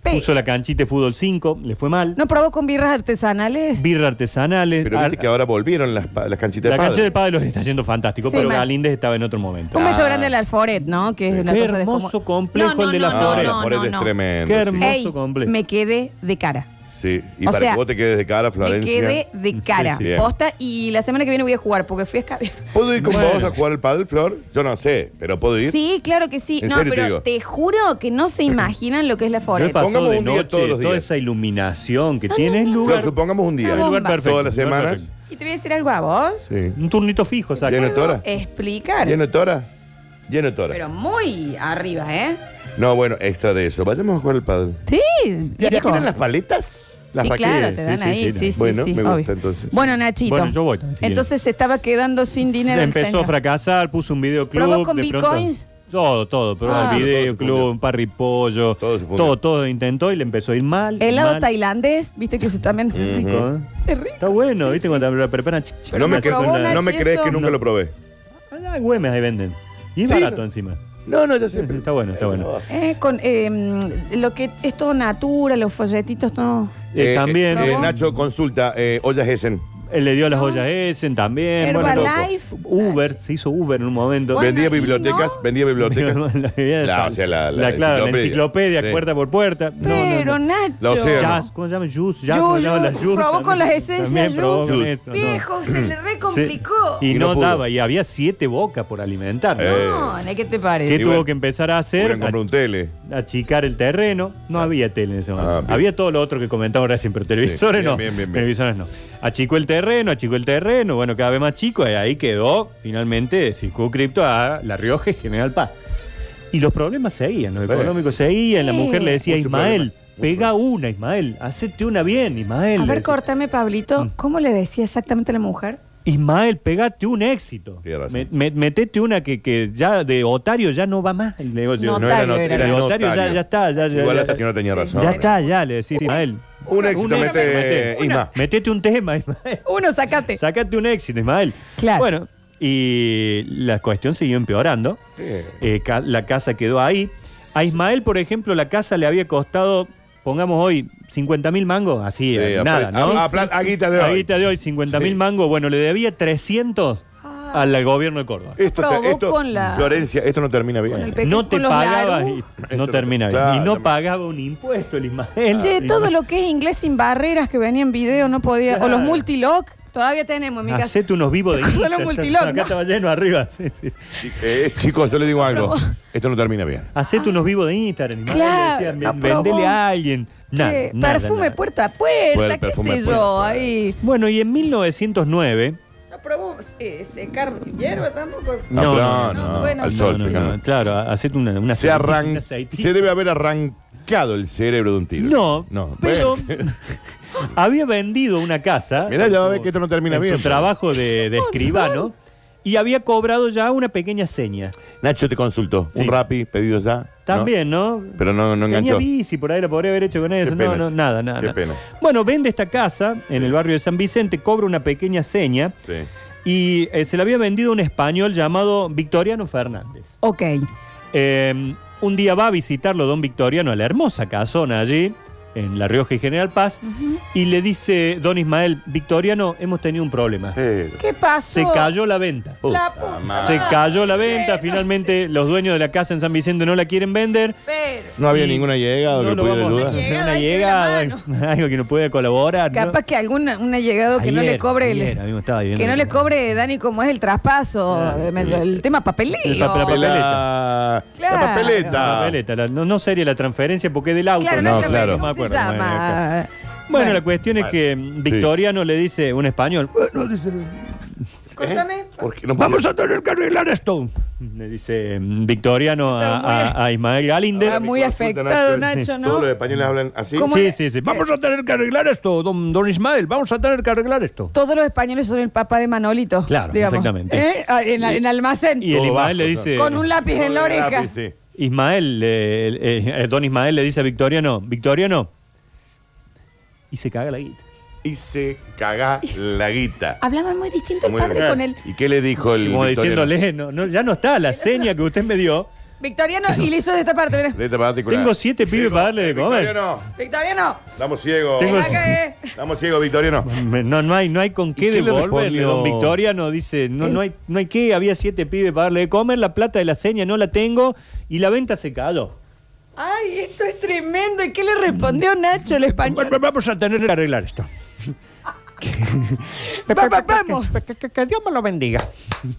[SPEAKER 1] pe-
[SPEAKER 2] Puso la canchita de fútbol 5, le fue mal.
[SPEAKER 1] ¿No probó con birras artesanales?
[SPEAKER 2] Birra artesanales.
[SPEAKER 3] Pero viste
[SPEAKER 2] ar-
[SPEAKER 3] que ahora volvieron las, pa- las canchitas
[SPEAKER 2] la
[SPEAKER 3] de
[SPEAKER 2] cancha
[SPEAKER 3] pádel.
[SPEAKER 2] de pádel los está yendo fantástico,
[SPEAKER 1] Sí,
[SPEAKER 2] pero
[SPEAKER 1] mal.
[SPEAKER 2] Galíndez estaba en otro momento.
[SPEAKER 1] Un beso
[SPEAKER 3] Ah.
[SPEAKER 1] grande al Alforet, ¿no? Que es
[SPEAKER 3] Sí.
[SPEAKER 1] una
[SPEAKER 2] Qué
[SPEAKER 1] cosa
[SPEAKER 2] hermoso complejo el de la
[SPEAKER 3] No,
[SPEAKER 2] Flores.
[SPEAKER 3] la
[SPEAKER 1] No,
[SPEAKER 3] Flores
[SPEAKER 1] no,
[SPEAKER 3] Ah, es
[SPEAKER 1] no.
[SPEAKER 3] tremendo.
[SPEAKER 2] Qué
[SPEAKER 3] sí.
[SPEAKER 2] hermoso.
[SPEAKER 1] Ey,
[SPEAKER 2] complejo.
[SPEAKER 1] me quedé de cara.
[SPEAKER 3] Sí. Y
[SPEAKER 1] O
[SPEAKER 3] para
[SPEAKER 1] sea,
[SPEAKER 3] que vos te quedes de cara, Florencia.
[SPEAKER 1] Me quedé de cara.
[SPEAKER 2] Sí,
[SPEAKER 3] sí.
[SPEAKER 1] Posta, y la semana que viene voy a jugar porque fui a escabiar.
[SPEAKER 3] ¿Puedo ir con
[SPEAKER 2] Bueno.
[SPEAKER 3] vos a jugar al pádel, Flor? Yo no sé, pero ¿puedo ir?
[SPEAKER 1] <laughs> Sí, claro que sí.
[SPEAKER 3] ¿En
[SPEAKER 1] No,
[SPEAKER 3] serio te
[SPEAKER 1] pero
[SPEAKER 3] digo?
[SPEAKER 1] te juro que
[SPEAKER 2] <laughs>
[SPEAKER 1] no se imaginan lo que es la
[SPEAKER 2] Yo he
[SPEAKER 1] Foret.
[SPEAKER 2] pasado
[SPEAKER 3] Pongamos
[SPEAKER 2] de
[SPEAKER 3] un día
[SPEAKER 2] noche,
[SPEAKER 3] todos los
[SPEAKER 2] toda
[SPEAKER 3] días.
[SPEAKER 2] esa iluminación que tiene es
[SPEAKER 3] Flor,
[SPEAKER 2] lugar,
[SPEAKER 3] supongamos un día.
[SPEAKER 1] Una
[SPEAKER 2] lugar
[SPEAKER 1] bomba.
[SPEAKER 2] perfecto.
[SPEAKER 3] Todas las
[SPEAKER 2] lugar
[SPEAKER 3] semanas.
[SPEAKER 2] perfecto.
[SPEAKER 1] Y te voy a decir algo a vos.
[SPEAKER 3] Sí.
[SPEAKER 2] Un turnito fijo, exacto.
[SPEAKER 3] Lleno de tora.
[SPEAKER 1] Explicar.
[SPEAKER 3] Lleno de tora. Lleno de tora.
[SPEAKER 1] Pero muy arriba, ¿eh?
[SPEAKER 3] No, bueno, extra de eso. Vayamos a jugar al pádel.
[SPEAKER 1] Sí.
[SPEAKER 3] ¿Ya
[SPEAKER 1] viejo.
[SPEAKER 3] tienen las paletas? Las
[SPEAKER 1] sí,
[SPEAKER 3] vaqueras.
[SPEAKER 1] claro, te dan
[SPEAKER 2] sí,
[SPEAKER 1] ahí.
[SPEAKER 2] sí,
[SPEAKER 1] Sí, sí, sí.
[SPEAKER 3] Bueno, me gusta
[SPEAKER 1] obvio.
[SPEAKER 3] entonces.
[SPEAKER 1] Bueno, Nachito.
[SPEAKER 2] Bueno, yo voy también, si quieren.
[SPEAKER 1] Entonces se estaba quedando sin dinero. el
[SPEAKER 2] empezó a
[SPEAKER 1] señor.
[SPEAKER 2] fracasar, puso un videoclub.
[SPEAKER 1] ¿Probó con
[SPEAKER 2] de pronto-
[SPEAKER 1] bitcoins?
[SPEAKER 2] Todo, todo. Probó
[SPEAKER 1] Ah.
[SPEAKER 2] un
[SPEAKER 3] Todo se
[SPEAKER 2] videoclub,
[SPEAKER 3] fundió.
[SPEAKER 2] un parripollo.
[SPEAKER 3] Todo se
[SPEAKER 2] Todo,
[SPEAKER 3] fundió.
[SPEAKER 2] todo, intentó y le empezó a ir mal.
[SPEAKER 1] El lado
[SPEAKER 2] mal.
[SPEAKER 1] tailandés, viste que eso también.
[SPEAKER 3] Mm.
[SPEAKER 2] Rico, ¿eh?
[SPEAKER 1] Es rico.
[SPEAKER 2] Está bueno, ¿viste? Cuando lo preparan. chic, chic,
[SPEAKER 3] no, me
[SPEAKER 2] chic,
[SPEAKER 3] cre-
[SPEAKER 1] Pero
[SPEAKER 2] con
[SPEAKER 1] vos,
[SPEAKER 2] la-
[SPEAKER 3] no me
[SPEAKER 1] Nachi,
[SPEAKER 3] crees
[SPEAKER 1] eso-
[SPEAKER 3] que nunca
[SPEAKER 2] No.
[SPEAKER 3] lo probé.
[SPEAKER 2] Ah, güemes ahí venden. Y es
[SPEAKER 3] Sí,
[SPEAKER 2] barato
[SPEAKER 3] no.
[SPEAKER 2] encima. Eh,
[SPEAKER 3] No, no, ya sé.
[SPEAKER 2] Está bueno, está bueno.
[SPEAKER 1] em, Eh, con eh, mm, lo que es todo natura, los folletitos, todo.
[SPEAKER 2] Eh, también.
[SPEAKER 1] Probó.
[SPEAKER 3] Nacho consulta, eh, ollas Essen.
[SPEAKER 2] Él le dio las
[SPEAKER 1] No.
[SPEAKER 2] ollas Essen también. bueno,
[SPEAKER 1] Herbalife.
[SPEAKER 2] Uber, se hizo Uber en un momento.
[SPEAKER 1] Bueno,
[SPEAKER 3] vendía
[SPEAKER 1] ahí,
[SPEAKER 3] bibliotecas,
[SPEAKER 1] ¿no?
[SPEAKER 3] vendía bibliotecas.
[SPEAKER 2] <laughs> la, idea
[SPEAKER 3] La,
[SPEAKER 2] es-
[SPEAKER 3] o sea, la- la
[SPEAKER 2] claro, la
[SPEAKER 3] enciclopedia.
[SPEAKER 2] enciclopedia,
[SPEAKER 3] Sí.
[SPEAKER 2] puerta por puerta. No, no, no.
[SPEAKER 1] Pero Nacho.
[SPEAKER 3] La Océano.
[SPEAKER 2] Jazz, ¿cómo se llama? Jus, jazz,
[SPEAKER 1] Yu,
[SPEAKER 2] ¿cómo se llama?
[SPEAKER 1] yu.
[SPEAKER 2] La yur
[SPEAKER 1] Probó con
[SPEAKER 2] también.
[SPEAKER 1] las esencias
[SPEAKER 2] También probó
[SPEAKER 1] yu.
[SPEAKER 2] con
[SPEAKER 3] Yus.
[SPEAKER 2] eso, ¿no?
[SPEAKER 1] Viejo, se le
[SPEAKER 2] Sí.
[SPEAKER 1] recomplicó.
[SPEAKER 2] Y,
[SPEAKER 3] Y
[SPEAKER 2] no,
[SPEAKER 3] no pudo.
[SPEAKER 2] daba, y había siete bocas por alimentar.
[SPEAKER 3] Eh.
[SPEAKER 1] No, ¿no? ¿qué te
[SPEAKER 2] ¿Qué
[SPEAKER 1] parece?
[SPEAKER 3] Y
[SPEAKER 2] tuvo
[SPEAKER 3] bueno,
[SPEAKER 2] que empezar a hacer?
[SPEAKER 3] Hubieran comprado un tele.
[SPEAKER 2] achicar el terreno. No había tele en ese
[SPEAKER 3] Ah,
[SPEAKER 2] momento.
[SPEAKER 3] bien.
[SPEAKER 2] había todo lo otro que comentamos recién, pero televisores
[SPEAKER 3] bien,
[SPEAKER 2] no.
[SPEAKER 3] bien, bien, bien.
[SPEAKER 2] Televisores no. Achicó el terreno, achicó el terreno. Bueno, cada vez más chico. Y ahí quedó finalmente circunscripto a La Rioja y General Paz. Y los problemas seguían, los
[SPEAKER 3] Sí.
[SPEAKER 2] económicos seguían. La
[SPEAKER 1] Sí.
[SPEAKER 2] mujer le decía,
[SPEAKER 3] Mucho
[SPEAKER 2] Ismael,
[SPEAKER 3] problema, mucho
[SPEAKER 2] pega una, Ismael. Hacete una bien,
[SPEAKER 1] A
[SPEAKER 2] Ismael. le
[SPEAKER 1] ver,
[SPEAKER 2] decía.
[SPEAKER 1] cortame,
[SPEAKER 2] Mm.
[SPEAKER 1] Pablito. ¿Cómo le decía exactamente a la mujer?
[SPEAKER 2] Ismael, pegate un éxito.
[SPEAKER 3] Tiene razón.
[SPEAKER 2] Me- me- metete una que, que ya de Otario ya no va más el negocio.
[SPEAKER 1] No,
[SPEAKER 2] No,
[SPEAKER 1] Notario
[SPEAKER 3] era, not-
[SPEAKER 1] era.
[SPEAKER 3] era
[SPEAKER 2] de Otario ya,
[SPEAKER 3] notario.
[SPEAKER 2] ya está. Ya, ya-
[SPEAKER 3] Igual
[SPEAKER 2] ya-
[SPEAKER 3] la señora tenía
[SPEAKER 1] Sí.
[SPEAKER 3] razón.
[SPEAKER 2] Ya está, ya, le decís Ismael.
[SPEAKER 3] Un éxito
[SPEAKER 2] Un
[SPEAKER 3] mete
[SPEAKER 2] éxito,
[SPEAKER 3] Isma.
[SPEAKER 2] Metete un tema, Ismael.
[SPEAKER 1] Uno, sacate.
[SPEAKER 2] Sácate un éxito, Ismael.
[SPEAKER 1] Claro.
[SPEAKER 2] Bueno, y la cuestión siguió empeorando.
[SPEAKER 3] Sí.
[SPEAKER 2] Eh, ca- la casa quedó ahí. A Ismael, por ejemplo, la casa le había costado, pongamos hoy, 50 mil mangos, así,
[SPEAKER 3] Sí,
[SPEAKER 2] eh,
[SPEAKER 3] apare-
[SPEAKER 2] nada, ¿no?
[SPEAKER 3] a- a
[SPEAKER 1] Sí,
[SPEAKER 3] pla-
[SPEAKER 1] sí,
[SPEAKER 3] a
[SPEAKER 1] sí,
[SPEAKER 3] guita de
[SPEAKER 2] La
[SPEAKER 3] hoy.
[SPEAKER 2] guita de hoy, 50 mil
[SPEAKER 3] Sí.
[SPEAKER 2] mangos. Bueno, le debía 300
[SPEAKER 1] Ah.
[SPEAKER 2] al gobierno de Córdoba.
[SPEAKER 3] Esto, te-
[SPEAKER 1] Probó
[SPEAKER 3] esto-
[SPEAKER 1] con la-
[SPEAKER 3] Florencia, esto no termina
[SPEAKER 1] con el
[SPEAKER 3] bien.
[SPEAKER 1] pe- Pequé
[SPEAKER 2] No te
[SPEAKER 1] con los
[SPEAKER 2] pagaba
[SPEAKER 1] Larú.
[SPEAKER 2] y
[SPEAKER 3] Esto
[SPEAKER 2] no
[SPEAKER 3] no-
[SPEAKER 2] termina bien.
[SPEAKER 3] claro,
[SPEAKER 2] y no
[SPEAKER 3] también.
[SPEAKER 2] pagaba un impuesto el Ismael.
[SPEAKER 1] Che,
[SPEAKER 2] Y-
[SPEAKER 1] todo lo que es inglés sin barreras que venía en video no podía. O los
[SPEAKER 2] Claro. Ah,
[SPEAKER 1] multiloc, todavía tenemos en mi casa.
[SPEAKER 2] Hacete unos vivos
[SPEAKER 1] <laughs>
[SPEAKER 2] de
[SPEAKER 1] Con
[SPEAKER 2] guita.
[SPEAKER 1] los multiloc,
[SPEAKER 2] Acá
[SPEAKER 1] ¿no?
[SPEAKER 2] estaba lleno arriba. Sí, sí, sí.
[SPEAKER 3] Eh, chicos, yo les digo algo.
[SPEAKER 1] Probó.
[SPEAKER 3] Esto no termina bien.
[SPEAKER 2] Hacete unos vivos de Instagram. Ismael,
[SPEAKER 1] Claro,
[SPEAKER 2] le decían,
[SPEAKER 1] no
[SPEAKER 2] "Ven-
[SPEAKER 1] probó.
[SPEAKER 2] vendele a alguien. Nada,
[SPEAKER 1] Che,
[SPEAKER 2] nada,
[SPEAKER 1] perfume
[SPEAKER 2] nada.
[SPEAKER 1] puerta a puerta,
[SPEAKER 3] Bueno,
[SPEAKER 1] qué
[SPEAKER 3] perfume
[SPEAKER 1] sé
[SPEAKER 3] puerta a
[SPEAKER 1] yo.
[SPEAKER 3] puerta.
[SPEAKER 1] Ahí.
[SPEAKER 2] Bueno, y en 1909.
[SPEAKER 1] ¿Aprobó eh, secar hierba tampoco?
[SPEAKER 3] No, no, no,
[SPEAKER 1] bueno,
[SPEAKER 3] al
[SPEAKER 1] no,
[SPEAKER 3] sol.
[SPEAKER 1] no,
[SPEAKER 3] sí,
[SPEAKER 1] no.
[SPEAKER 3] claro.
[SPEAKER 2] Claro, ha- hacete una, una
[SPEAKER 3] Se,
[SPEAKER 2] aceití-
[SPEAKER 3] arran-
[SPEAKER 2] una aceití.
[SPEAKER 3] se debe haber arrancado el cerebro de un tiro.
[SPEAKER 2] No,
[SPEAKER 3] no.
[SPEAKER 2] pero
[SPEAKER 3] Bueno.
[SPEAKER 2] <laughs>
[SPEAKER 3] <laughs>
[SPEAKER 2] había vendido una casa.
[SPEAKER 3] Mirá, ya va a ver que esto no termina
[SPEAKER 2] en
[SPEAKER 3] bien.
[SPEAKER 2] Su trabajo de, de escribano. Y había cobrado ya una pequeña seña.
[SPEAKER 3] Nacho te consultó.
[SPEAKER 2] Sí.
[SPEAKER 3] Un rapi pedido ya. ¿no?
[SPEAKER 2] También, ¿no?
[SPEAKER 3] Pero no, no
[SPEAKER 2] Tenía
[SPEAKER 3] enganchó.
[SPEAKER 2] bici, por ahí la podría haber hecho con eso.
[SPEAKER 3] pena,
[SPEAKER 2] no, no,
[SPEAKER 3] che.
[SPEAKER 2] nada, nada.
[SPEAKER 3] Qué
[SPEAKER 2] nada.
[SPEAKER 3] pena.
[SPEAKER 2] Bueno, vende esta casa en el barrio de San Vicente, cobra una pequeña seña
[SPEAKER 3] Sí.
[SPEAKER 2] y eh, se la había vendido un español llamado Victoriano Fernández.
[SPEAKER 1] Ok.
[SPEAKER 2] Eh, un día va a visitarlo don Victoriano a la hermosa casona allí, en La Rioja y General Paz, y le dice don Ismael, Victoriano, hemos tenido un problema.
[SPEAKER 3] Pero- uh,
[SPEAKER 1] ¿Qué pasó?
[SPEAKER 2] Se cayó la venta.
[SPEAKER 1] La
[SPEAKER 3] Puta
[SPEAKER 1] puta
[SPEAKER 3] madre.
[SPEAKER 2] Se cayó la venta,
[SPEAKER 1] Sí,
[SPEAKER 2] finalmente los dueños de la casa en San Vicente no la quieren vender.
[SPEAKER 1] Pero.
[SPEAKER 3] No había
[SPEAKER 2] Y
[SPEAKER 3] ninguna llegada
[SPEAKER 2] No
[SPEAKER 3] que
[SPEAKER 2] lo
[SPEAKER 3] pudiera
[SPEAKER 2] vamos-
[SPEAKER 3] ayudar.
[SPEAKER 1] Una llegada,
[SPEAKER 2] una
[SPEAKER 1] hay que ver
[SPEAKER 2] llegada,
[SPEAKER 1] la
[SPEAKER 2] <laughs> algo que no puede colaborar. ¿no?
[SPEAKER 1] Capaz que algún un allegado que no
[SPEAKER 2] Ayer,
[SPEAKER 1] le cobre el-
[SPEAKER 2] ayer, a mí me estaba viendo
[SPEAKER 1] que no
[SPEAKER 2] el-
[SPEAKER 1] le cobre Dani como es el traspaso,
[SPEAKER 2] Claro.
[SPEAKER 1] eh, me- el, tema papeleo.
[SPEAKER 2] Ah, El papel- la papeleta.
[SPEAKER 3] La,
[SPEAKER 1] Claro.
[SPEAKER 3] la papeleta.
[SPEAKER 2] La papeleta, Ah, la- no, no sería la transferencia porque es del auto.
[SPEAKER 1] Claro,
[SPEAKER 3] No,
[SPEAKER 1] no, es
[SPEAKER 3] claro.
[SPEAKER 1] traspaso, ¿cómo
[SPEAKER 2] Me
[SPEAKER 1] se
[SPEAKER 2] acuerdo, bueno,
[SPEAKER 1] llama?
[SPEAKER 2] ok. Bueno, la cuestión es que mm, Victoriano le dice un español, bueno, dice, ¿eh?
[SPEAKER 1] Cortame.
[SPEAKER 3] ¿Por qué no
[SPEAKER 2] vamos a tener que arreglar esto. Le dice mm, Victoriano a, a- a Ismael Galinde.
[SPEAKER 1] Está muy afectado, Nacho, ¿no?
[SPEAKER 3] Todos los españoles hablan así.
[SPEAKER 1] ¿Cómo?
[SPEAKER 2] Sí, sí, sí. Vamos a tener que arreglar esto, don, don Ismael, vamos a tener que arreglar esto.
[SPEAKER 1] Todos los españoles son el papá de Manolito.
[SPEAKER 2] Claro,
[SPEAKER 1] digamos.
[SPEAKER 2] exactamente.
[SPEAKER 1] ¿Eh? Ah, En, la- en almacén.
[SPEAKER 2] Y eh, el
[SPEAKER 3] Todo
[SPEAKER 2] Ismael le
[SPEAKER 3] vasco,
[SPEAKER 2] dice...
[SPEAKER 1] Con un lápiz en la
[SPEAKER 3] Con el
[SPEAKER 1] oreja.
[SPEAKER 3] lápiz, sí.
[SPEAKER 2] Ismael, eh, el- eh, el don Ismael le dice a Victoriano, Victoriano, y se caga la guita.
[SPEAKER 3] Y se caga
[SPEAKER 1] <laughs>
[SPEAKER 3] la guita.
[SPEAKER 1] Hablaban muy distinto el
[SPEAKER 3] Muy
[SPEAKER 1] padre
[SPEAKER 3] bien.
[SPEAKER 1] con el
[SPEAKER 3] ¿Y qué le dijo el
[SPEAKER 2] Como
[SPEAKER 3] victoriano?
[SPEAKER 2] diciéndole, no, no, ya no está la seña que usted me dio.
[SPEAKER 1] Victoriano y le hizo de esta parte. mirá.
[SPEAKER 3] De esta particular.
[SPEAKER 2] Tengo siete pibes para darle de comer.
[SPEAKER 3] Victoriano,
[SPEAKER 1] Victoriano,
[SPEAKER 3] estamos ciegos.
[SPEAKER 2] Tengo-
[SPEAKER 1] acá, eh.
[SPEAKER 3] Estamos ciegos, Victoriano.
[SPEAKER 2] Me- No, no, hay, no hay con qué,
[SPEAKER 3] qué le
[SPEAKER 2] devolverle.
[SPEAKER 3] respondió?
[SPEAKER 2] Don Victoriano dice, no, no, hay, no hay qué, había siete pibes para darle de comer, la plata de la seña no la tengo y la venta se cayó.
[SPEAKER 1] Ay, esto es tremendo. ¿Y qué le respondió Nacho el español?
[SPEAKER 2] Bueno, Vamos a tener que arreglar esto.
[SPEAKER 1] Va- va- vamos.
[SPEAKER 2] Que, que- que Dios me lo bendiga. Mi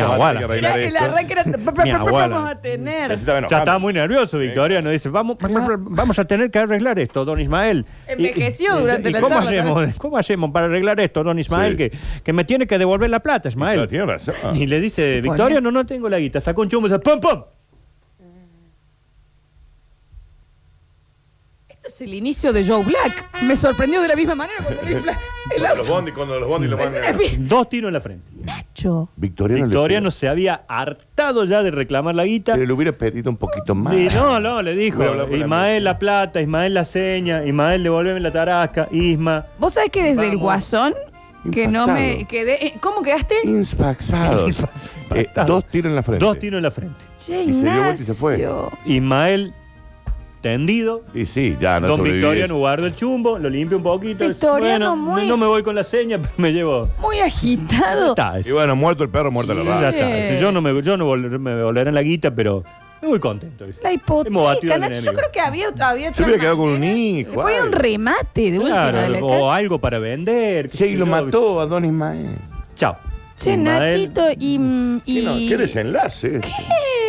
[SPEAKER 3] Vamos a
[SPEAKER 2] abuela.
[SPEAKER 3] tener que
[SPEAKER 1] Mirá,
[SPEAKER 3] arreglar
[SPEAKER 1] el
[SPEAKER 3] esto.
[SPEAKER 1] arranque era-
[SPEAKER 2] Mi abuela.
[SPEAKER 1] Vamos a tener.
[SPEAKER 3] Ya se estaba enojando.
[SPEAKER 2] Ya estaba muy nervioso, Victoriano. Dice, vamos, vamos a tener que arreglar esto, don Ismael.
[SPEAKER 1] Envejeció
[SPEAKER 2] Y- y-
[SPEAKER 1] durante
[SPEAKER 2] y
[SPEAKER 1] la
[SPEAKER 2] ¿cómo
[SPEAKER 1] charla
[SPEAKER 2] Hacemos, ¿Cómo hacemos para arreglar esto, don Ismael?
[SPEAKER 3] Sí.
[SPEAKER 2] Que, que me tiene que devolver la plata,
[SPEAKER 3] Claro,
[SPEAKER 2] Ismael. <laughs>
[SPEAKER 3] tiene razón.
[SPEAKER 2] Y le dice, Victoriano, no tengo la guita. Sacó un chumbo y dice, ¡pum, pum!
[SPEAKER 1] Esto es el inicio de Joe Black. Me sorprendió de la misma manera cuando le
[SPEAKER 3] <laughs>
[SPEAKER 1] infla el
[SPEAKER 3] Cuando los
[SPEAKER 1] auto.
[SPEAKER 3] bondi, cuando los bondi lo
[SPEAKER 1] Es una
[SPEAKER 3] mandan.
[SPEAKER 1] pi-
[SPEAKER 2] Dos tiros en la frente.
[SPEAKER 1] Nacho.
[SPEAKER 3] Victoriano,
[SPEAKER 2] Victoriano se había hartado ya de reclamar la guita.
[SPEAKER 3] Pero le hubiera pedido un poquito más.
[SPEAKER 2] Y no, no, le dijo,
[SPEAKER 3] Voy a hablar con la
[SPEAKER 2] Ismael
[SPEAKER 3] mía.
[SPEAKER 2] la plata, Ismael la seña, Ismael devolveme la tarasca, Isma.
[SPEAKER 1] Vos sabés que desde el
[SPEAKER 2] Vamos.
[SPEAKER 1] guasón que no me
[SPEAKER 3] Impactado.
[SPEAKER 1] quedé. eh, ¿Cómo quedaste?
[SPEAKER 2] <laughs>
[SPEAKER 3] Inspaxados. Eh, dos tiros en la frente.
[SPEAKER 2] Dos tiros en la frente.
[SPEAKER 1] Che,
[SPEAKER 3] Y se dio vuelta y se fue.
[SPEAKER 1] Ignacio.
[SPEAKER 2] Ismael tendido.
[SPEAKER 3] Y sí, ya no
[SPEAKER 2] Don
[SPEAKER 3] sobrevivís.
[SPEAKER 2] Victoriano guardo el chumbo, lo limpio un poquito. es-
[SPEAKER 1] Victoriano
[SPEAKER 2] bueno,
[SPEAKER 1] muy-
[SPEAKER 2] No me voy con la seña, <laughs> pero me llevo.
[SPEAKER 1] Muy agitado.
[SPEAKER 2] Está,
[SPEAKER 3] Y
[SPEAKER 2] es-
[SPEAKER 3] bueno, muerto el perro, muerta la
[SPEAKER 2] ya
[SPEAKER 3] rata.
[SPEAKER 2] está,
[SPEAKER 1] Eh.
[SPEAKER 2] es- Yo no me, yo no vol- me volveré en la guita, pero me voy contento. dice.
[SPEAKER 1] La
[SPEAKER 2] Hemos batido
[SPEAKER 1] hipoteca,
[SPEAKER 2] al
[SPEAKER 1] Nacho, yo
[SPEAKER 2] enemigo.
[SPEAKER 1] creo que había, había
[SPEAKER 3] Se
[SPEAKER 1] otras
[SPEAKER 3] hubiera quedado con un
[SPEAKER 1] maneras.
[SPEAKER 3] hijo,
[SPEAKER 1] Fue un
[SPEAKER 3] algo.
[SPEAKER 1] remate de última.
[SPEAKER 2] Claro,
[SPEAKER 1] de la
[SPEAKER 2] o algo para vender. qué
[SPEAKER 3] Che, y
[SPEAKER 2] sé
[SPEAKER 3] lo
[SPEAKER 2] yo.
[SPEAKER 3] mató a Don Ismael.
[SPEAKER 2] Chao.
[SPEAKER 1] Che,
[SPEAKER 2] Ismael.
[SPEAKER 1] Nachito, y. y...
[SPEAKER 3] ¿Qué, no? ¿Qué desenlace?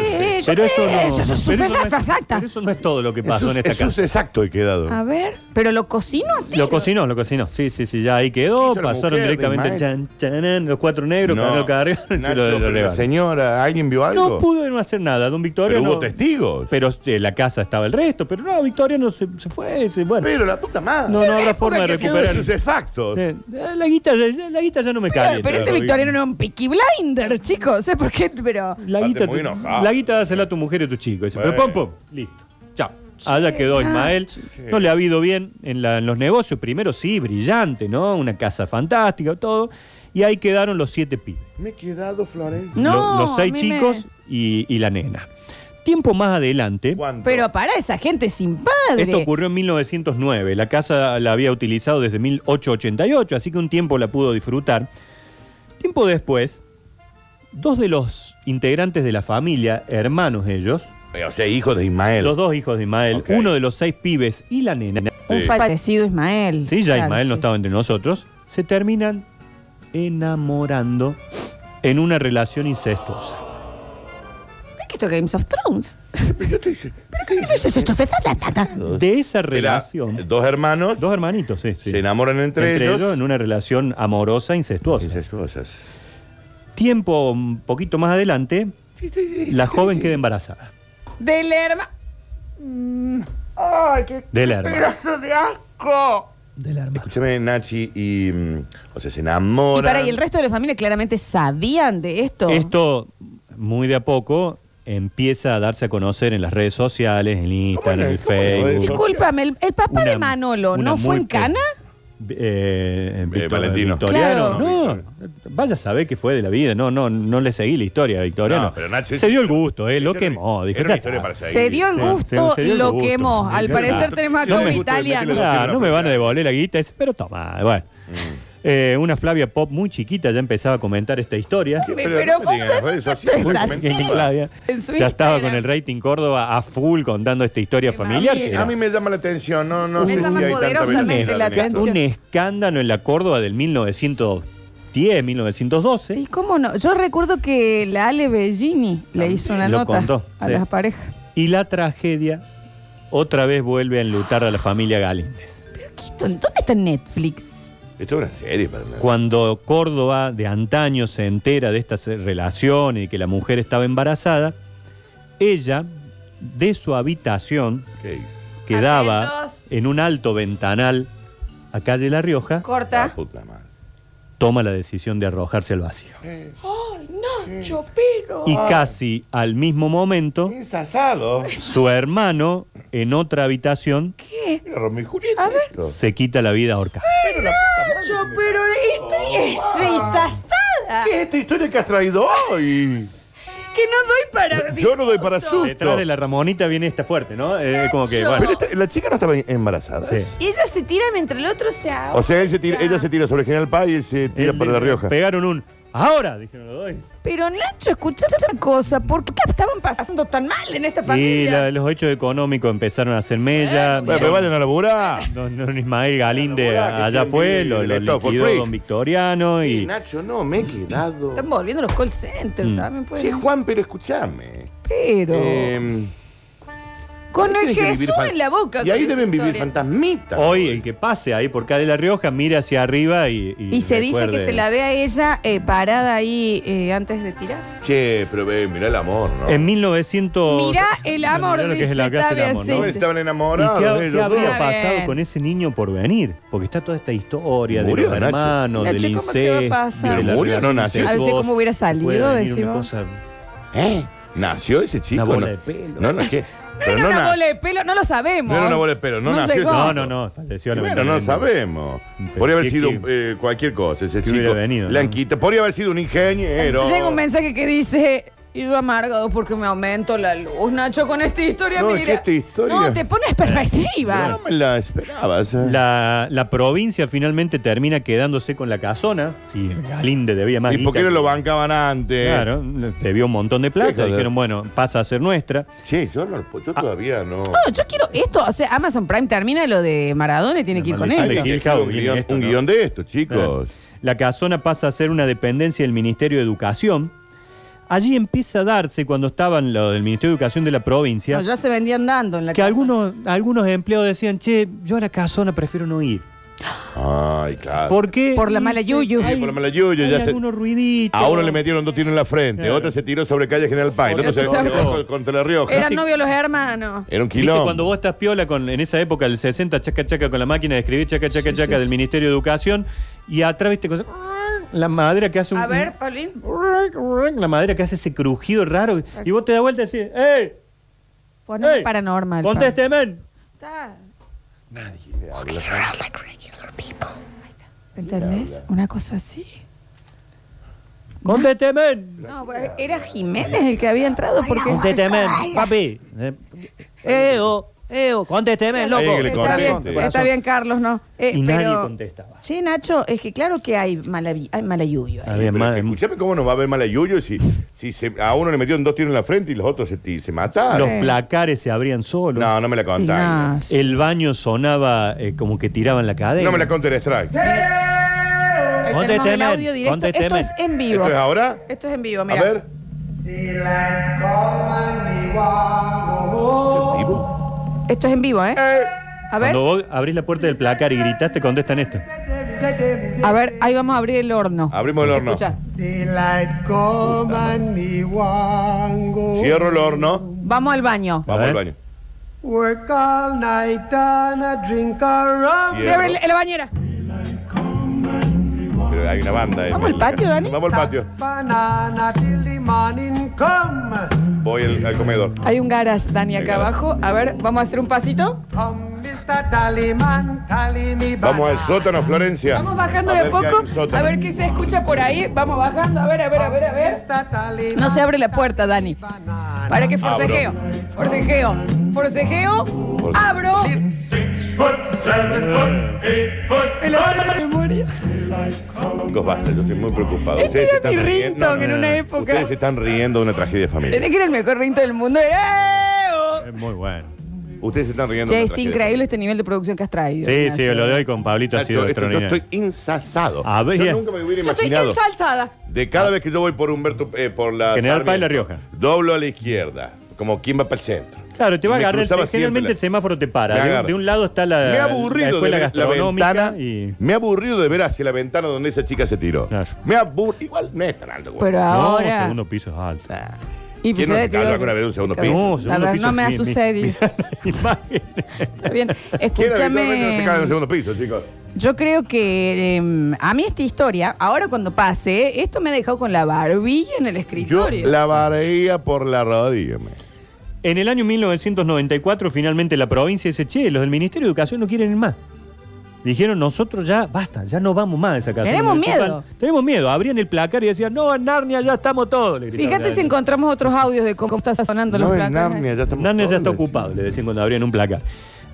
[SPEAKER 1] Eh, yo
[SPEAKER 2] Pero eso
[SPEAKER 1] creo-
[SPEAKER 2] no,
[SPEAKER 1] yo- yo-
[SPEAKER 2] pero
[SPEAKER 1] yo-
[SPEAKER 2] eso no es-
[SPEAKER 1] exacta.
[SPEAKER 2] pero eso no es todo lo que pasó
[SPEAKER 3] Eso,
[SPEAKER 2] en esta
[SPEAKER 3] eso es
[SPEAKER 2] casa.
[SPEAKER 3] exacto he quedado.
[SPEAKER 1] A ver, pero lo cocino a tiro.
[SPEAKER 2] Lo cocinó, lo cocinó. Sí, sí, sí, ya ahí quedó.
[SPEAKER 3] hizo la
[SPEAKER 2] Pasaron
[SPEAKER 3] mujer de
[SPEAKER 2] directamente
[SPEAKER 3] Ismael?
[SPEAKER 2] chan, chan, los cuatro negros,
[SPEAKER 3] No.
[SPEAKER 2] lo <laughs> cargaron y
[SPEAKER 3] Nacho,
[SPEAKER 2] se lo- lo
[SPEAKER 3] pero la
[SPEAKER 2] llevaron.
[SPEAKER 3] señora, ¿alguien vio algo?
[SPEAKER 2] No pudo no hacer nada. Don Victorio
[SPEAKER 3] pero hubo
[SPEAKER 2] no-
[SPEAKER 3] testigos.
[SPEAKER 2] Pero eh, la casa estaba el resto. Pero no, Victoria no se, se fue. se- bueno,
[SPEAKER 3] Pero la puta madre.
[SPEAKER 2] no, no habrá
[SPEAKER 1] época
[SPEAKER 2] forma de
[SPEAKER 1] que se-
[SPEAKER 3] Quedó
[SPEAKER 2] recuperar.
[SPEAKER 3] eso es exacto.
[SPEAKER 2] Eh, La guita, ya- la guita ya no me cae.
[SPEAKER 1] Pero, pero este Victoriano no era un picky blinder, chicos. sé por qué, pero.
[SPEAKER 2] La
[SPEAKER 3] Aparte,
[SPEAKER 2] guita,
[SPEAKER 3] muy enojado.
[SPEAKER 2] la guita dásela a tu mujer y a tu chico. Dice, pero
[SPEAKER 3] Bueno.
[SPEAKER 2] pom, pom, listo. Chao. Allá
[SPEAKER 1] Ah,
[SPEAKER 2] quedó Ismael. No le ha habido bien en, la- en los negocios. Primero sí, brillante, ¿no? Una casa fantástica, todo. Y ahí quedaron los siete pibes.
[SPEAKER 3] Me he quedado, Florencia.
[SPEAKER 1] No,
[SPEAKER 2] Lo- los seis
[SPEAKER 1] a mí
[SPEAKER 2] chicos
[SPEAKER 1] me-
[SPEAKER 2] y, y la nena. Tiempo más adelante,
[SPEAKER 3] ¿Cuánto?
[SPEAKER 1] Pero para esa gente sin padre.
[SPEAKER 2] esto ocurrió en 1909. La casa la había utilizado desde 1888, así que un tiempo la pudo disfrutar. Tiempo después, dos de los integrantes de la familia, hermanos ellos,
[SPEAKER 3] o sea, hijo de Ismael.
[SPEAKER 2] los dos hijos de Ismael,
[SPEAKER 3] Ok.
[SPEAKER 2] uno de los seis pibes y la nena,
[SPEAKER 1] Un
[SPEAKER 3] Sí.
[SPEAKER 1] fallecido Ismael.
[SPEAKER 2] sí, ya
[SPEAKER 1] Claro,
[SPEAKER 2] Ismael no
[SPEAKER 1] sí.
[SPEAKER 2] estaba entre nosotros, se terminan enamorando en una relación incestuosa.
[SPEAKER 1] ¿Pero qué esto Games of Thrones?
[SPEAKER 3] Pero yo estoy-
[SPEAKER 1] Eso es esto, fue tata, tata.
[SPEAKER 2] De esa
[SPEAKER 3] Era,
[SPEAKER 2] relación,
[SPEAKER 3] dos hermanos
[SPEAKER 2] dos hermanitos, sí, sí.
[SPEAKER 3] eh, se enamoran entre,
[SPEAKER 2] entre
[SPEAKER 3] ellos.
[SPEAKER 2] ellos en una relación amorosa incestuosa.
[SPEAKER 3] Incestuosas.
[SPEAKER 2] Tiempo un poquito más adelante, la joven queda embarazada.
[SPEAKER 1] Del hermano. ¡Ay, qué
[SPEAKER 2] Del hermano.
[SPEAKER 1] pedazo de asco!
[SPEAKER 2] Del hermano.
[SPEAKER 3] Escúchame, Nachi, y. mm, O sea, se
[SPEAKER 1] Y
[SPEAKER 3] enamoran.
[SPEAKER 1] para, y el resto de la familia claramente sabían de esto.
[SPEAKER 2] Esto, muy de a poco, empieza a darse a conocer en las redes sociales, en Instagram, en el
[SPEAKER 3] ¿Cómo le- cómo le-
[SPEAKER 2] Facebook.
[SPEAKER 1] Discúlpame, ¿el, el papá
[SPEAKER 2] Una-
[SPEAKER 1] de Manolo
[SPEAKER 2] una
[SPEAKER 1] no fue
[SPEAKER 2] muy
[SPEAKER 1] en Cana?
[SPEAKER 2] Eh, en Victor-
[SPEAKER 3] Valentino.
[SPEAKER 1] Claro.
[SPEAKER 2] Victoriano, no. Vaya a saber qué fue de la vida. No, no, no le seguí la historia a Victoriano.
[SPEAKER 3] No, pero Nacho,
[SPEAKER 2] se
[SPEAKER 3] es-
[SPEAKER 2] dio el gusto, eh, lo
[SPEAKER 3] Esa
[SPEAKER 2] quemó.
[SPEAKER 3] era-
[SPEAKER 2] Dijo,
[SPEAKER 3] era
[SPEAKER 2] ya
[SPEAKER 3] una historia
[SPEAKER 2] está.
[SPEAKER 3] para seguir.
[SPEAKER 1] Se dio el
[SPEAKER 2] Sí,
[SPEAKER 1] gusto,
[SPEAKER 2] se- se dio el
[SPEAKER 1] lo
[SPEAKER 2] gusto.
[SPEAKER 1] quemó.
[SPEAKER 2] Sí,
[SPEAKER 1] Al
[SPEAKER 2] ya
[SPEAKER 1] parecer
[SPEAKER 2] está.
[SPEAKER 1] tenemos
[SPEAKER 3] Sí,
[SPEAKER 1] acá
[SPEAKER 3] me
[SPEAKER 1] un
[SPEAKER 3] gusta de
[SPEAKER 1] italiano.
[SPEAKER 3] meterle
[SPEAKER 2] Ah,
[SPEAKER 3] la
[SPEAKER 2] no me van a
[SPEAKER 3] fruta.
[SPEAKER 2] devolver la guita. Dice, pero toma, bueno. Eh, una Flavia Pop muy chiquita ya empezaba a comentar esta historia.
[SPEAKER 1] Me-
[SPEAKER 3] Pero
[SPEAKER 1] pero
[SPEAKER 3] no
[SPEAKER 1] vos
[SPEAKER 3] digas,
[SPEAKER 1] no
[SPEAKER 3] redes
[SPEAKER 1] te <laughs>
[SPEAKER 3] sociales,
[SPEAKER 1] haces
[SPEAKER 3] porque me
[SPEAKER 1] así.
[SPEAKER 3] encanta.
[SPEAKER 2] Flavia.
[SPEAKER 1] En su
[SPEAKER 2] Ya estaba
[SPEAKER 1] Instagram.
[SPEAKER 2] con el rating Córdoba a full contando esta historia
[SPEAKER 1] Qué
[SPEAKER 2] familiar.
[SPEAKER 1] mami.
[SPEAKER 2] que
[SPEAKER 3] Eh,
[SPEAKER 2] era
[SPEAKER 3] A mí me llama la atención, no, no
[SPEAKER 1] Me
[SPEAKER 3] sé
[SPEAKER 1] llama
[SPEAKER 3] si hay tanta
[SPEAKER 1] poderosamente
[SPEAKER 3] velocidad
[SPEAKER 1] la
[SPEAKER 3] en esto.
[SPEAKER 1] atención.
[SPEAKER 2] un escándalo en la Córdoba del 1910, 1912.
[SPEAKER 1] ¿Y cómo no? Yo recuerdo que la Ale Bellini le hizo una
[SPEAKER 2] Lo
[SPEAKER 1] nota
[SPEAKER 2] contó,
[SPEAKER 1] a
[SPEAKER 2] sí.
[SPEAKER 1] las parejas.
[SPEAKER 2] Y la tragedia otra vez vuelve a enlutar a la familia Galíndez.
[SPEAKER 1] Pero Quito, ¿dónde está Netflix?
[SPEAKER 3] Esto es una serie para mí.
[SPEAKER 2] Cuando Córdoba de antaño se entera de esta se- relación y que la mujer estaba embarazada, ella de su habitación
[SPEAKER 3] ¿Qué hizo?
[SPEAKER 2] que daba
[SPEAKER 1] Atentos.
[SPEAKER 2] en un alto ventanal a calle La Rioja,
[SPEAKER 1] Corta.
[SPEAKER 3] La
[SPEAKER 2] Ah, pues.
[SPEAKER 3] puta madre.
[SPEAKER 2] toma la decisión de arrojarse al vacío.
[SPEAKER 1] ¡Ay, Nacho, pero!
[SPEAKER 2] Y
[SPEAKER 3] Ah.
[SPEAKER 2] casi al mismo momento,
[SPEAKER 3] Es asado.
[SPEAKER 2] su hermano en otra habitación
[SPEAKER 1] ¿Qué?
[SPEAKER 3] Mira, Romeo y Julieta. A ver.
[SPEAKER 2] se quita la vida ahorcada.
[SPEAKER 3] Pero la puta madre
[SPEAKER 1] Nacho,
[SPEAKER 3] que me-
[SPEAKER 1] pero estoy desastada.
[SPEAKER 3] ¿Qué es esta historia que has traído hoy?
[SPEAKER 1] Que no doy para.
[SPEAKER 3] Yo no doy para susto.
[SPEAKER 2] Detrás de la Ramonita viene esta fuerte, ¿no? Eh, como que, bueno.
[SPEAKER 3] Pero esta- la chica no estaba embarazada.
[SPEAKER 2] Sí.
[SPEAKER 1] Y ella se tira mientras el otro se ahoga.
[SPEAKER 3] O sea, él se tira- ella se tira sobre General Paz y él se tira
[SPEAKER 2] Él
[SPEAKER 3] para La
[SPEAKER 2] dijo,
[SPEAKER 3] Rioja.
[SPEAKER 2] Pegaron un. Ahora, dijeron los dos.
[SPEAKER 1] Pero Nacho, escucha otra cosa. ¿Por qué estaban pasando tan mal en esta
[SPEAKER 2] Y
[SPEAKER 1] familia?
[SPEAKER 2] la- los hechos económicos empezaron a hacer mella.
[SPEAKER 3] Bueno, pero vayan a laburar.
[SPEAKER 2] Don, don Ismael Galinde
[SPEAKER 3] Bueno, bueno,
[SPEAKER 2] allá
[SPEAKER 3] que
[SPEAKER 2] fue,
[SPEAKER 3] tiene
[SPEAKER 2] lo,
[SPEAKER 3] el
[SPEAKER 2] lo
[SPEAKER 3] Stop for
[SPEAKER 2] liquidó
[SPEAKER 3] Free.
[SPEAKER 2] Don Victoriano
[SPEAKER 3] Sí,
[SPEAKER 2] y
[SPEAKER 3] Nacho, no, me he quedado.
[SPEAKER 1] Están volviendo los call centers también, pues.
[SPEAKER 3] Sí, Juan, pero escúchame.
[SPEAKER 1] pero.
[SPEAKER 3] Eh,
[SPEAKER 1] con el
[SPEAKER 3] tienen que vivir
[SPEAKER 1] Jesús
[SPEAKER 3] fan-
[SPEAKER 1] en la boca.
[SPEAKER 3] Y ahí
[SPEAKER 1] con
[SPEAKER 3] deben
[SPEAKER 1] esta
[SPEAKER 3] vivir
[SPEAKER 1] historia.
[SPEAKER 3] fantasmitas.
[SPEAKER 2] hoy el que pase ahí por Calle La Rioja mira hacia arriba y...
[SPEAKER 1] Y se dice que
[SPEAKER 2] recuerde-
[SPEAKER 1] se la ve a ella eh, parada ahí eh, antes de tirarse.
[SPEAKER 3] Che, pero ve, mirá el amor, ¿no?
[SPEAKER 2] En 1900...
[SPEAKER 1] Mirá el amor,
[SPEAKER 2] Mirá lo que es
[SPEAKER 1] dice,
[SPEAKER 2] la
[SPEAKER 1] está
[SPEAKER 2] casa del
[SPEAKER 1] bien,
[SPEAKER 2] amor,
[SPEAKER 1] sí,
[SPEAKER 2] ¿no?
[SPEAKER 3] ¿No
[SPEAKER 1] sí.
[SPEAKER 3] estaban
[SPEAKER 2] ¿Y qué,
[SPEAKER 3] enamorados
[SPEAKER 2] qué
[SPEAKER 3] ellos dos?
[SPEAKER 2] habría
[SPEAKER 1] Está
[SPEAKER 2] pasado
[SPEAKER 1] bien.
[SPEAKER 2] con ese niño por venir? Porque está toda esta historia de
[SPEAKER 3] Murió,
[SPEAKER 2] los
[SPEAKER 3] Nacho.
[SPEAKER 2] hermanos,
[SPEAKER 1] Nacho,
[SPEAKER 2] del
[SPEAKER 1] ¿cómo te va a
[SPEAKER 2] incesto,
[SPEAKER 1] pasar?
[SPEAKER 2] de la
[SPEAKER 3] Pero murió, ¿no,
[SPEAKER 2] relación
[SPEAKER 3] Nacho?
[SPEAKER 1] A ver si
[SPEAKER 2] incestuosa.
[SPEAKER 1] cómo hubiera salido,
[SPEAKER 2] Puede venir una
[SPEAKER 1] decimos.
[SPEAKER 2] cosa-
[SPEAKER 3] ¿Eh? ¿Nació ese chico?
[SPEAKER 2] Una bola
[SPEAKER 3] no?
[SPEAKER 2] de pelo.
[SPEAKER 3] No, no, ¿qué?
[SPEAKER 1] No era una
[SPEAKER 3] nació.
[SPEAKER 1] bola de pelo, no lo sabemos.
[SPEAKER 3] No era una bola de pelo, no nació
[SPEAKER 1] llegó.
[SPEAKER 3] ese-
[SPEAKER 2] No, no, no, falleció
[SPEAKER 3] Y Bueno, no
[SPEAKER 2] lamentablemente.
[SPEAKER 3] sabemos.
[SPEAKER 2] Pero
[SPEAKER 3] Podría haber
[SPEAKER 2] qué-
[SPEAKER 3] sido
[SPEAKER 2] qué-
[SPEAKER 3] eh, cualquier cosa, ese
[SPEAKER 2] qué hubiera
[SPEAKER 3] chico.
[SPEAKER 2] venido, ¿no?
[SPEAKER 3] Le han quitado. Podría haber sido un ingeniero.
[SPEAKER 1] Llega un mensaje que dice: Y yo amargado porque me aumento la luz, Nacho, con esta historia,
[SPEAKER 3] No, es
[SPEAKER 1] mira.
[SPEAKER 3] que esta historia-
[SPEAKER 1] No, te pones perspectiva.
[SPEAKER 3] Yo no me la esperabas. eh.
[SPEAKER 2] La, la provincia finalmente termina quedándose con la casona. Si Galinde debía más.
[SPEAKER 3] ¿Y por qué
[SPEAKER 2] guita
[SPEAKER 3] no lo eh?
[SPEAKER 2] que-
[SPEAKER 3] bancaban antes?
[SPEAKER 2] Claro, se vio un montón de plata.
[SPEAKER 3] Déjalo.
[SPEAKER 2] Dijeron, bueno, pasa a ser nuestra.
[SPEAKER 3] Che, yo, no, yo
[SPEAKER 2] Ah.
[SPEAKER 3] todavía no.
[SPEAKER 1] No, yo quiero esto. O sea, Amazon Prime termina lo de Maradona y tiene que ir con
[SPEAKER 2] Maradona
[SPEAKER 1] él.
[SPEAKER 3] Hay que
[SPEAKER 2] Hill
[SPEAKER 3] escribir
[SPEAKER 2] House,
[SPEAKER 3] un
[SPEAKER 2] viene
[SPEAKER 3] guión,
[SPEAKER 2] esto,
[SPEAKER 3] un
[SPEAKER 2] ¿no?
[SPEAKER 3] guión de esto, chicos.
[SPEAKER 2] La casona pasa a ser una dependencia del Ministerio de Educación. Allí empieza a darse, cuando estaban los del Ministerio de Educación de la provincia,
[SPEAKER 1] No, ya se vendían dando en la
[SPEAKER 2] que
[SPEAKER 1] casa.
[SPEAKER 2] algunos, algunos empleados decían, che, yo a la casona prefiero no ir.
[SPEAKER 3] Ay, claro.
[SPEAKER 2] ¿Por qué?
[SPEAKER 1] Por la mala
[SPEAKER 2] Dice,
[SPEAKER 1] yuyu.
[SPEAKER 2] hay-
[SPEAKER 3] Sí, por la mala yuyu,
[SPEAKER 2] hay
[SPEAKER 3] ya se-
[SPEAKER 2] algunos ruiditos.
[SPEAKER 3] A uno le metieron dos tiros en la frente,
[SPEAKER 2] Claro.
[SPEAKER 3] otra se tiró sobre calle General Paz, el otro se
[SPEAKER 1] Otro se
[SPEAKER 3] se-
[SPEAKER 2] ahorcó.
[SPEAKER 3] contra La Rioja.
[SPEAKER 1] Eran novios los hermanos.
[SPEAKER 3] Era un
[SPEAKER 2] Viste,
[SPEAKER 3] quilombo.
[SPEAKER 2] cuando vos estás piola con, en esa época, el 60, chaca chaca con la máquina de escribir, chaca chaca chaca del Ministerio de Educación, y atrás, viste, con- la madera que hace un.
[SPEAKER 1] A ver, Paulín.
[SPEAKER 2] La madera que hace ese crujido raro. Y vos te das vuelta y decís, ¡Ey!
[SPEAKER 1] Poneme
[SPEAKER 2] ¡Ey!
[SPEAKER 1] paranormal.
[SPEAKER 2] ¡Contésteme!
[SPEAKER 1] Está.
[SPEAKER 3] Le habla.
[SPEAKER 1] ¿Entendés? Una cosa así.
[SPEAKER 2] ¡Contésteme!
[SPEAKER 1] No, pues, era Jiménez el que había entrado porque.
[SPEAKER 2] ¡Contésteme! ¡Papi!
[SPEAKER 1] Eh,
[SPEAKER 2] Eh,
[SPEAKER 1] oh,
[SPEAKER 2] ¡Eo! ¡Eo! ¡Contésteme,
[SPEAKER 3] loco. Eh, que le
[SPEAKER 1] Está
[SPEAKER 3] conteste.
[SPEAKER 1] bien, está bien, Carlos, ¿no? Eh,
[SPEAKER 2] Y nadie
[SPEAKER 1] pero-
[SPEAKER 2] contestaba.
[SPEAKER 1] Sí, Nacho, es que claro que hay mala, hay mala yuyu ahí.
[SPEAKER 2] Había
[SPEAKER 3] Pero
[SPEAKER 2] más-
[SPEAKER 3] que Escuchame cómo nos va a ver mal a Yuyo si, si se- a uno le metieron dos tiros en la frente y los otros se, ti- se
[SPEAKER 2] Los
[SPEAKER 3] mataron.
[SPEAKER 1] Sí.
[SPEAKER 2] placares se abrían solos.
[SPEAKER 3] No, no me la contaron.
[SPEAKER 1] Ignacio.
[SPEAKER 2] El baño sonaba eh, como que tiraban la cadena.
[SPEAKER 3] No me la conté el strike.
[SPEAKER 1] Ahí tenemos
[SPEAKER 2] Contésteme,
[SPEAKER 1] el audio directo.
[SPEAKER 2] contésteme.
[SPEAKER 1] Esto es en vivo.
[SPEAKER 3] ¿Esto es ahora?
[SPEAKER 1] Esto es en vivo,
[SPEAKER 3] A
[SPEAKER 1] mira.
[SPEAKER 3] ver. ¿Esto es vivo?
[SPEAKER 1] Esto es en vivo, ¿eh? A ver,
[SPEAKER 2] Cuando vos abrís la puerta del placar y gritás, te contestan esto.
[SPEAKER 1] a ver, ahí vamos a abrir el horno.
[SPEAKER 3] Abrimos el horno.
[SPEAKER 1] Escucha.
[SPEAKER 4] Daylight come and me wango.
[SPEAKER 3] Cierro el horno.
[SPEAKER 1] Vamos al baño.
[SPEAKER 3] Vamos
[SPEAKER 2] ver.
[SPEAKER 3] al baño.
[SPEAKER 4] Work all night and I drink a rum.
[SPEAKER 1] Se abre la- la bañera.
[SPEAKER 3] Pero hay una banda. en
[SPEAKER 1] Vamos al
[SPEAKER 3] el-
[SPEAKER 1] patio, Dani.
[SPEAKER 3] Vamos al patio.
[SPEAKER 4] Banana till the morning come.
[SPEAKER 3] Voy al, al comedor.
[SPEAKER 1] Hay un garage, Dani, acá abajo. A ver, vamos a hacer un pasito.
[SPEAKER 4] Come, Mr. Tallyman, tally me
[SPEAKER 3] Vamos al
[SPEAKER 4] banana.
[SPEAKER 3] sótano, Florencia.
[SPEAKER 1] Vamos bajando
[SPEAKER 3] A
[SPEAKER 1] de
[SPEAKER 3] ver qué hay en el
[SPEAKER 1] poco.
[SPEAKER 3] sótano.
[SPEAKER 1] A ver qué se escucha por ahí. Vamos bajando. A ver, a ver, a ver, a ver.
[SPEAKER 4] Mr. Tallyman,
[SPEAKER 1] No se abre la puerta, Dani.
[SPEAKER 4] banana.
[SPEAKER 1] Para que forcejeo. Forcejeo. Forcejeo. Abro. El horno de memoria.
[SPEAKER 3] Chicos, basta, yo estoy muy preocupado.
[SPEAKER 1] Este
[SPEAKER 3] Ustedes se
[SPEAKER 1] era mi
[SPEAKER 3] están riendo.
[SPEAKER 1] ringtone en una época.
[SPEAKER 3] Ustedes se están riendo de una tragedia familiar.
[SPEAKER 1] Tenés que era el mejor rinto del mundo. Era.
[SPEAKER 2] Es muy bueno.
[SPEAKER 3] Ustedes se están riendo
[SPEAKER 1] Che,
[SPEAKER 3] de una
[SPEAKER 1] es
[SPEAKER 3] tragedia
[SPEAKER 1] increíble este nivel de producción que has traído.
[SPEAKER 2] Sí, sí,
[SPEAKER 1] Ignacio.
[SPEAKER 2] lo de hoy con Pablito ha
[SPEAKER 3] familiar.
[SPEAKER 2] sido
[SPEAKER 3] Nacho, esto- yo
[SPEAKER 2] extraordinario. Ah,
[SPEAKER 3] estoy insasado.
[SPEAKER 2] A ver.
[SPEAKER 3] Yo nunca me hubiera
[SPEAKER 1] Yo estoy
[SPEAKER 3] imaginado.
[SPEAKER 1] ensalzada.
[SPEAKER 3] De cada vez que yo voy por Humberto, eh, por la.
[SPEAKER 2] General Paz y La
[SPEAKER 3] Sarmiento,
[SPEAKER 2] Rioja.
[SPEAKER 3] Doblo a la izquierda, como quien va para el centro.
[SPEAKER 2] Claro, te va a
[SPEAKER 3] Y me
[SPEAKER 2] agarrar.
[SPEAKER 3] cruzaba
[SPEAKER 2] Generalmente
[SPEAKER 3] siempre la-
[SPEAKER 2] el semáforo te
[SPEAKER 3] Me
[SPEAKER 2] para. De,
[SPEAKER 3] agarra.
[SPEAKER 2] de un lado está la,
[SPEAKER 3] me he
[SPEAKER 2] la
[SPEAKER 3] aburrido de
[SPEAKER 2] escuela
[SPEAKER 3] ver la
[SPEAKER 2] gastronómica
[SPEAKER 3] ventana.
[SPEAKER 2] y.
[SPEAKER 3] Me he aburrido de ver hacia la ventana donde esa chica se tiró.
[SPEAKER 2] Claro.
[SPEAKER 3] Me aburrido. Igual no es tan alto, güey.
[SPEAKER 1] Pero
[SPEAKER 2] No,
[SPEAKER 1] ahora.
[SPEAKER 2] segundo piso es alto.
[SPEAKER 1] Y
[SPEAKER 3] ¿Quién no se cayó alguna vez de un segundo
[SPEAKER 2] No,
[SPEAKER 3] piso?
[SPEAKER 1] La
[SPEAKER 2] segundo
[SPEAKER 1] verdad,
[SPEAKER 2] piso
[SPEAKER 1] no me ha
[SPEAKER 2] es mi- mi- <laughs>
[SPEAKER 1] sucedido.
[SPEAKER 2] Imágenes.
[SPEAKER 1] Está
[SPEAKER 2] <laughs>
[SPEAKER 1] bien.
[SPEAKER 3] ¿Quién habitualmente no se cae en el
[SPEAKER 1] Escúchame.
[SPEAKER 3] segundo piso, chicos?
[SPEAKER 1] Yo creo que em, a mí esta historia, ahora cuando pase, esto me ha dejado con la barbilla en el
[SPEAKER 3] Yo
[SPEAKER 1] escritorio.
[SPEAKER 3] la varía por la rodilla. me.
[SPEAKER 2] En el año 1994, finalmente la provincia dice, che, los del Ministerio de Educación no quieren ir más. Dijeron, nosotros ya, basta, ya no vamos más a esa casa.
[SPEAKER 1] Tenemos
[SPEAKER 2] municipal".
[SPEAKER 1] miedo.
[SPEAKER 2] Tenemos miedo. Abrían el placar y decían, no, en Narnia ya estamos todos. le gritaban.
[SPEAKER 1] Fíjate si encontramos otros audios de cómo está sonando los ¿eh?
[SPEAKER 3] No, en
[SPEAKER 1] placares.
[SPEAKER 3] Narnia ya estamos
[SPEAKER 2] Narnia ya
[SPEAKER 3] todos,
[SPEAKER 2] está
[SPEAKER 3] sí.
[SPEAKER 2] ocupado, le decían cuando abrían un placar.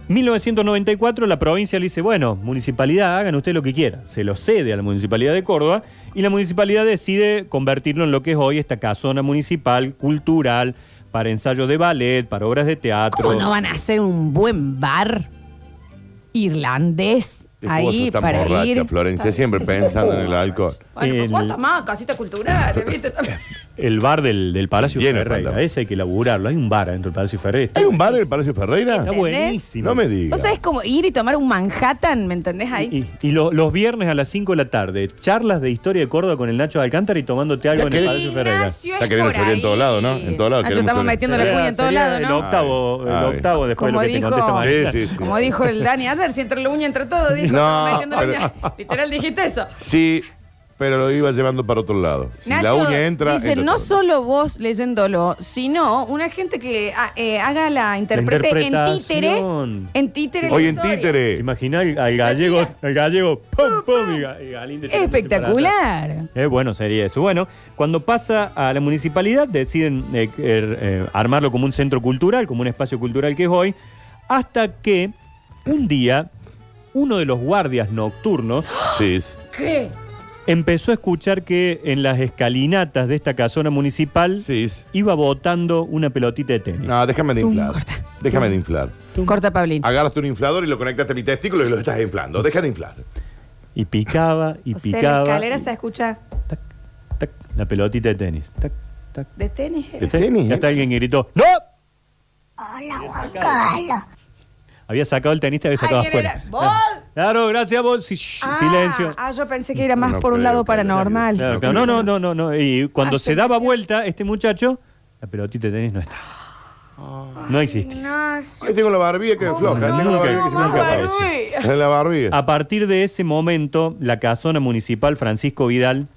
[SPEAKER 2] 1994, la provincia le dice, bueno, municipalidad, hagan usted lo que quiera. Se lo cede a la municipalidad de Córdoba y la municipalidad decide convertirlo en lo que es hoy esta casona municipal, cultural, para ensayos de ballet, para obras de teatro.
[SPEAKER 1] ¿Cómo no van a hacer un buen bar irlandés
[SPEAKER 3] Es que vos
[SPEAKER 1] ahí
[SPEAKER 3] sos tan
[SPEAKER 1] para
[SPEAKER 3] borracha,
[SPEAKER 1] ir?
[SPEAKER 3] Florencia, siempre pensando en el alcohol.
[SPEAKER 1] Bueno,
[SPEAKER 2] El-
[SPEAKER 1] ¿cuántas más? Casita cultural,
[SPEAKER 3] <laughs>
[SPEAKER 1] ¿viste?
[SPEAKER 2] El bar del, del Palacio
[SPEAKER 3] Lleno de
[SPEAKER 2] Ferreira,
[SPEAKER 3] fantasmas.
[SPEAKER 2] ese hay que laburarlo. Hay un bar adentro del Palacio Ferreira. Está,
[SPEAKER 3] ¿Hay un bar en el Palacio Ferreira?
[SPEAKER 2] está
[SPEAKER 1] ¿Entendés?
[SPEAKER 2] buenísimo.
[SPEAKER 3] No me digas.
[SPEAKER 1] ¿Vos sabés cómo ir y tomar un Manhattan, me entendés ahí?
[SPEAKER 2] Y, y lo- los viernes a las 5 de la tarde, charlas de historia de Córdoba con el Nacho de Alcántara y tomándote algo
[SPEAKER 3] Ya
[SPEAKER 2] en el
[SPEAKER 3] que-
[SPEAKER 2] Palacio Ferreira.
[SPEAKER 1] Ignacio
[SPEAKER 3] Está
[SPEAKER 1] es
[SPEAKER 3] queriendo
[SPEAKER 1] por
[SPEAKER 3] salir en
[SPEAKER 1] ahí. Ah,
[SPEAKER 3] todos lados, ¿no? En todos lados
[SPEAKER 1] Nacho,
[SPEAKER 3] queremos
[SPEAKER 1] estamos
[SPEAKER 3] salir.
[SPEAKER 1] metiendo la
[SPEAKER 2] Sería-
[SPEAKER 1] cuña en todos
[SPEAKER 2] sería
[SPEAKER 1] lados,
[SPEAKER 2] El
[SPEAKER 1] ¿no?
[SPEAKER 2] octavo,
[SPEAKER 3] Ah,
[SPEAKER 2] el octavo después de
[SPEAKER 1] Como
[SPEAKER 2] lo que
[SPEAKER 1] dijo-
[SPEAKER 2] te contesta Mariana.
[SPEAKER 3] Sí, sí, sí.
[SPEAKER 1] Como dijo el Dani ayer, si entre la uña entre todo, dijo,
[SPEAKER 3] No, <laughs>
[SPEAKER 1] "Estamos metiendo la
[SPEAKER 3] pero-
[SPEAKER 1] uña. Literal dijiste eso.
[SPEAKER 3] Sí, pero lo iba llevando para otro lado. Si la
[SPEAKER 1] Nacho
[SPEAKER 3] uña entra.
[SPEAKER 1] dice,
[SPEAKER 3] entra
[SPEAKER 1] no
[SPEAKER 3] todo.
[SPEAKER 1] solo vos leyéndolo, sino una gente que ah, eh, haga la intérprete en títere.
[SPEAKER 2] interpretación.
[SPEAKER 1] En títere. la
[SPEAKER 3] Oye, en
[SPEAKER 1] historia.
[SPEAKER 2] ¿Te
[SPEAKER 3] títere.
[SPEAKER 2] imaginas al, al gallego,
[SPEAKER 1] Mentira.
[SPEAKER 2] al gallego, pum, pum, y, ga- y Galín de
[SPEAKER 1] Es
[SPEAKER 2] Chapultepec para atrás?
[SPEAKER 1] Espectacular.
[SPEAKER 2] Eh, bueno, sería eso. Bueno, cuando pasa a la municipalidad, deciden eh, er- eh, armarlo como un centro cultural, como un espacio cultural que es hoy, hasta que un día uno de los guardias nocturnos
[SPEAKER 3] Sí, sí.
[SPEAKER 1] ¿Qué?
[SPEAKER 2] empezó a escuchar que en las escalinatas de esta casona municipal
[SPEAKER 3] sí, sí.
[SPEAKER 2] iba botando una pelotita de tenis.
[SPEAKER 3] No, déjame de inflar.
[SPEAKER 1] corta.
[SPEAKER 3] Déjame de inflar.
[SPEAKER 1] Corta, Pablín.
[SPEAKER 3] Agarraste un inflador y lo conectaste a mi testículo y lo estás inflando. Deja de inflar.
[SPEAKER 2] Y picaba, y
[SPEAKER 1] O sea, la
[SPEAKER 2] picaba.
[SPEAKER 1] escalera se escucha
[SPEAKER 2] Tac, tac, la pelotita de tenis. Tac, tac.
[SPEAKER 1] de tenis.
[SPEAKER 3] ¿De tenis?
[SPEAKER 2] Y hasta alguien que gritó, ¡No! Había sacado el tenista, había sacado
[SPEAKER 1] Alguien
[SPEAKER 2] afuera.
[SPEAKER 1] era- ¡Vos!
[SPEAKER 2] Claro, gracias vos. Sí, shh,
[SPEAKER 1] Ah,
[SPEAKER 2] silencio.
[SPEAKER 1] Ah, yo pensé que era más
[SPEAKER 3] No
[SPEAKER 1] por un
[SPEAKER 3] creo
[SPEAKER 1] lado
[SPEAKER 3] que haya
[SPEAKER 1] paranormal.
[SPEAKER 2] Claro,
[SPEAKER 3] no
[SPEAKER 2] claro. No,
[SPEAKER 3] creo.
[SPEAKER 2] no, no, no, no. Y cuando
[SPEAKER 1] Ah,
[SPEAKER 2] se
[SPEAKER 1] se
[SPEAKER 2] daba
[SPEAKER 1] metió.
[SPEAKER 2] vuelta, este muchacho, la pelotita de tenis no estaba.
[SPEAKER 3] Ah.
[SPEAKER 2] No existe.
[SPEAKER 1] Ignacio,
[SPEAKER 3] Ahí tengo la barbilla
[SPEAKER 1] Oh,
[SPEAKER 3] que me floja.
[SPEAKER 2] no,
[SPEAKER 3] tengo la
[SPEAKER 2] nunca-
[SPEAKER 3] barbilla que se me
[SPEAKER 2] nunca
[SPEAKER 3] floja.
[SPEAKER 2] apareció.
[SPEAKER 1] Baruy.
[SPEAKER 3] Es la barbilla.
[SPEAKER 2] A partir de ese momento, la casona municipal Francisco Vidal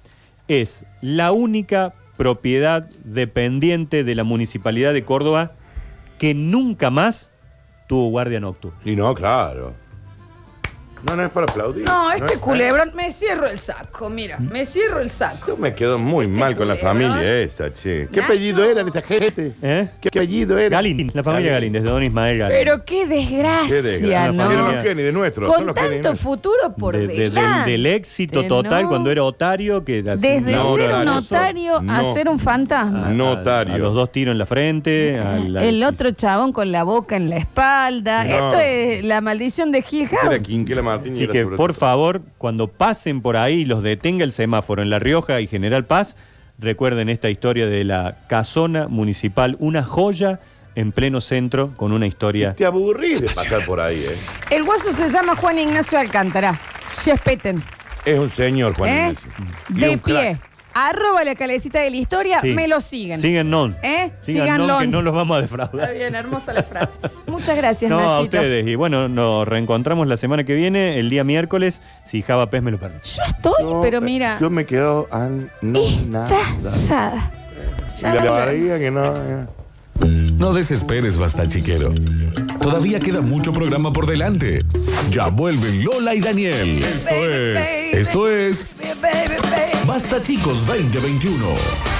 [SPEAKER 2] es la única propiedad dependiente de la municipalidad de Córdoba que nunca más tuvo guardia nocturna.
[SPEAKER 3] Y no, claro. No, no es para aplaudir.
[SPEAKER 1] No, este
[SPEAKER 3] es-
[SPEAKER 1] culebrón, me cierro el saco, mira, me cierro el saco.
[SPEAKER 3] Yo me quedo muy
[SPEAKER 1] Este
[SPEAKER 3] mal con la
[SPEAKER 1] culebrón.
[SPEAKER 3] familia esta, che. ¿Qué
[SPEAKER 1] Nacho.
[SPEAKER 3] apellido eran esta gente?
[SPEAKER 2] ¿Eh?
[SPEAKER 3] ¿Qué apellido era?
[SPEAKER 2] Galín, la familia Galín, desde Don Ismael Galín.
[SPEAKER 1] Pero qué desgracia,
[SPEAKER 3] Qué desgracia.
[SPEAKER 1] ¿no?
[SPEAKER 3] Son los Kenny de nuestro. son
[SPEAKER 1] Con
[SPEAKER 3] los Kenny de
[SPEAKER 1] tanto
[SPEAKER 3] nuestro.
[SPEAKER 1] futuro por
[SPEAKER 2] De- de- del-
[SPEAKER 1] delante.
[SPEAKER 2] del éxito
[SPEAKER 1] ¿no?
[SPEAKER 2] total cuando era otario, que era así,
[SPEAKER 1] Desde
[SPEAKER 3] No,
[SPEAKER 1] ser un
[SPEAKER 3] notario,
[SPEAKER 1] notario a
[SPEAKER 3] no.
[SPEAKER 1] ser un fantasma.
[SPEAKER 2] a-
[SPEAKER 3] notario.
[SPEAKER 2] A, a los dos tiros en la frente. a Ah, la-
[SPEAKER 1] El otro chabón con la boca en la espalda.
[SPEAKER 3] No.
[SPEAKER 1] Esto es la maldición de Hill
[SPEAKER 3] Ese Era
[SPEAKER 1] House.
[SPEAKER 3] Quinquela Martín y
[SPEAKER 2] Así
[SPEAKER 3] era
[SPEAKER 2] que,
[SPEAKER 3] sobre
[SPEAKER 2] por
[SPEAKER 3] todo.
[SPEAKER 2] favor, cuando pasen por ahí y los detenga el semáforo en La Rioja y General Paz, recuerden esta historia de la casona municipal, una joya en pleno centro con una historia.
[SPEAKER 3] Te aburrís de pasar por ahí, ¿eh?
[SPEAKER 1] El guaso se llama Juan Ignacio Alcántara. Respeten.
[SPEAKER 3] Es un señor, Juan
[SPEAKER 1] ¿eh?
[SPEAKER 3] Ignacio. Y
[SPEAKER 1] De
[SPEAKER 3] un
[SPEAKER 1] pie.
[SPEAKER 3] crack.
[SPEAKER 1] Arroba la calecita de la historia,
[SPEAKER 2] Sí.
[SPEAKER 1] me lo siguen.
[SPEAKER 2] Sigan non.
[SPEAKER 1] ¿Eh?
[SPEAKER 2] Sigan,
[SPEAKER 1] Sigan
[SPEAKER 2] non, que
[SPEAKER 1] non.
[SPEAKER 2] no los vamos a
[SPEAKER 1] Está
[SPEAKER 2] defraudar.
[SPEAKER 1] bien, hermosa la frase. Muchas gracias,
[SPEAKER 2] No, a
[SPEAKER 1] Nachito.
[SPEAKER 2] ustedes. Y bueno, nos reencontramos la semana que viene, el día miércoles, si Java Pez me lo permite.
[SPEAKER 1] Yo estoy,
[SPEAKER 3] No,
[SPEAKER 1] pero
[SPEAKER 3] eh,
[SPEAKER 1] mira.
[SPEAKER 3] Yo me quedo an- no nada.
[SPEAKER 1] Nada.
[SPEAKER 3] Y
[SPEAKER 1] Ya
[SPEAKER 3] la
[SPEAKER 1] lo
[SPEAKER 3] barbilla
[SPEAKER 1] <laughs>
[SPEAKER 3] que no. eh.
[SPEAKER 5] No desesperes, basta chiquero. Todavía queda mucho programa por delante. Ya vuelven Lola y Daniel. Esto es. Esto es. Basta chicos 2021.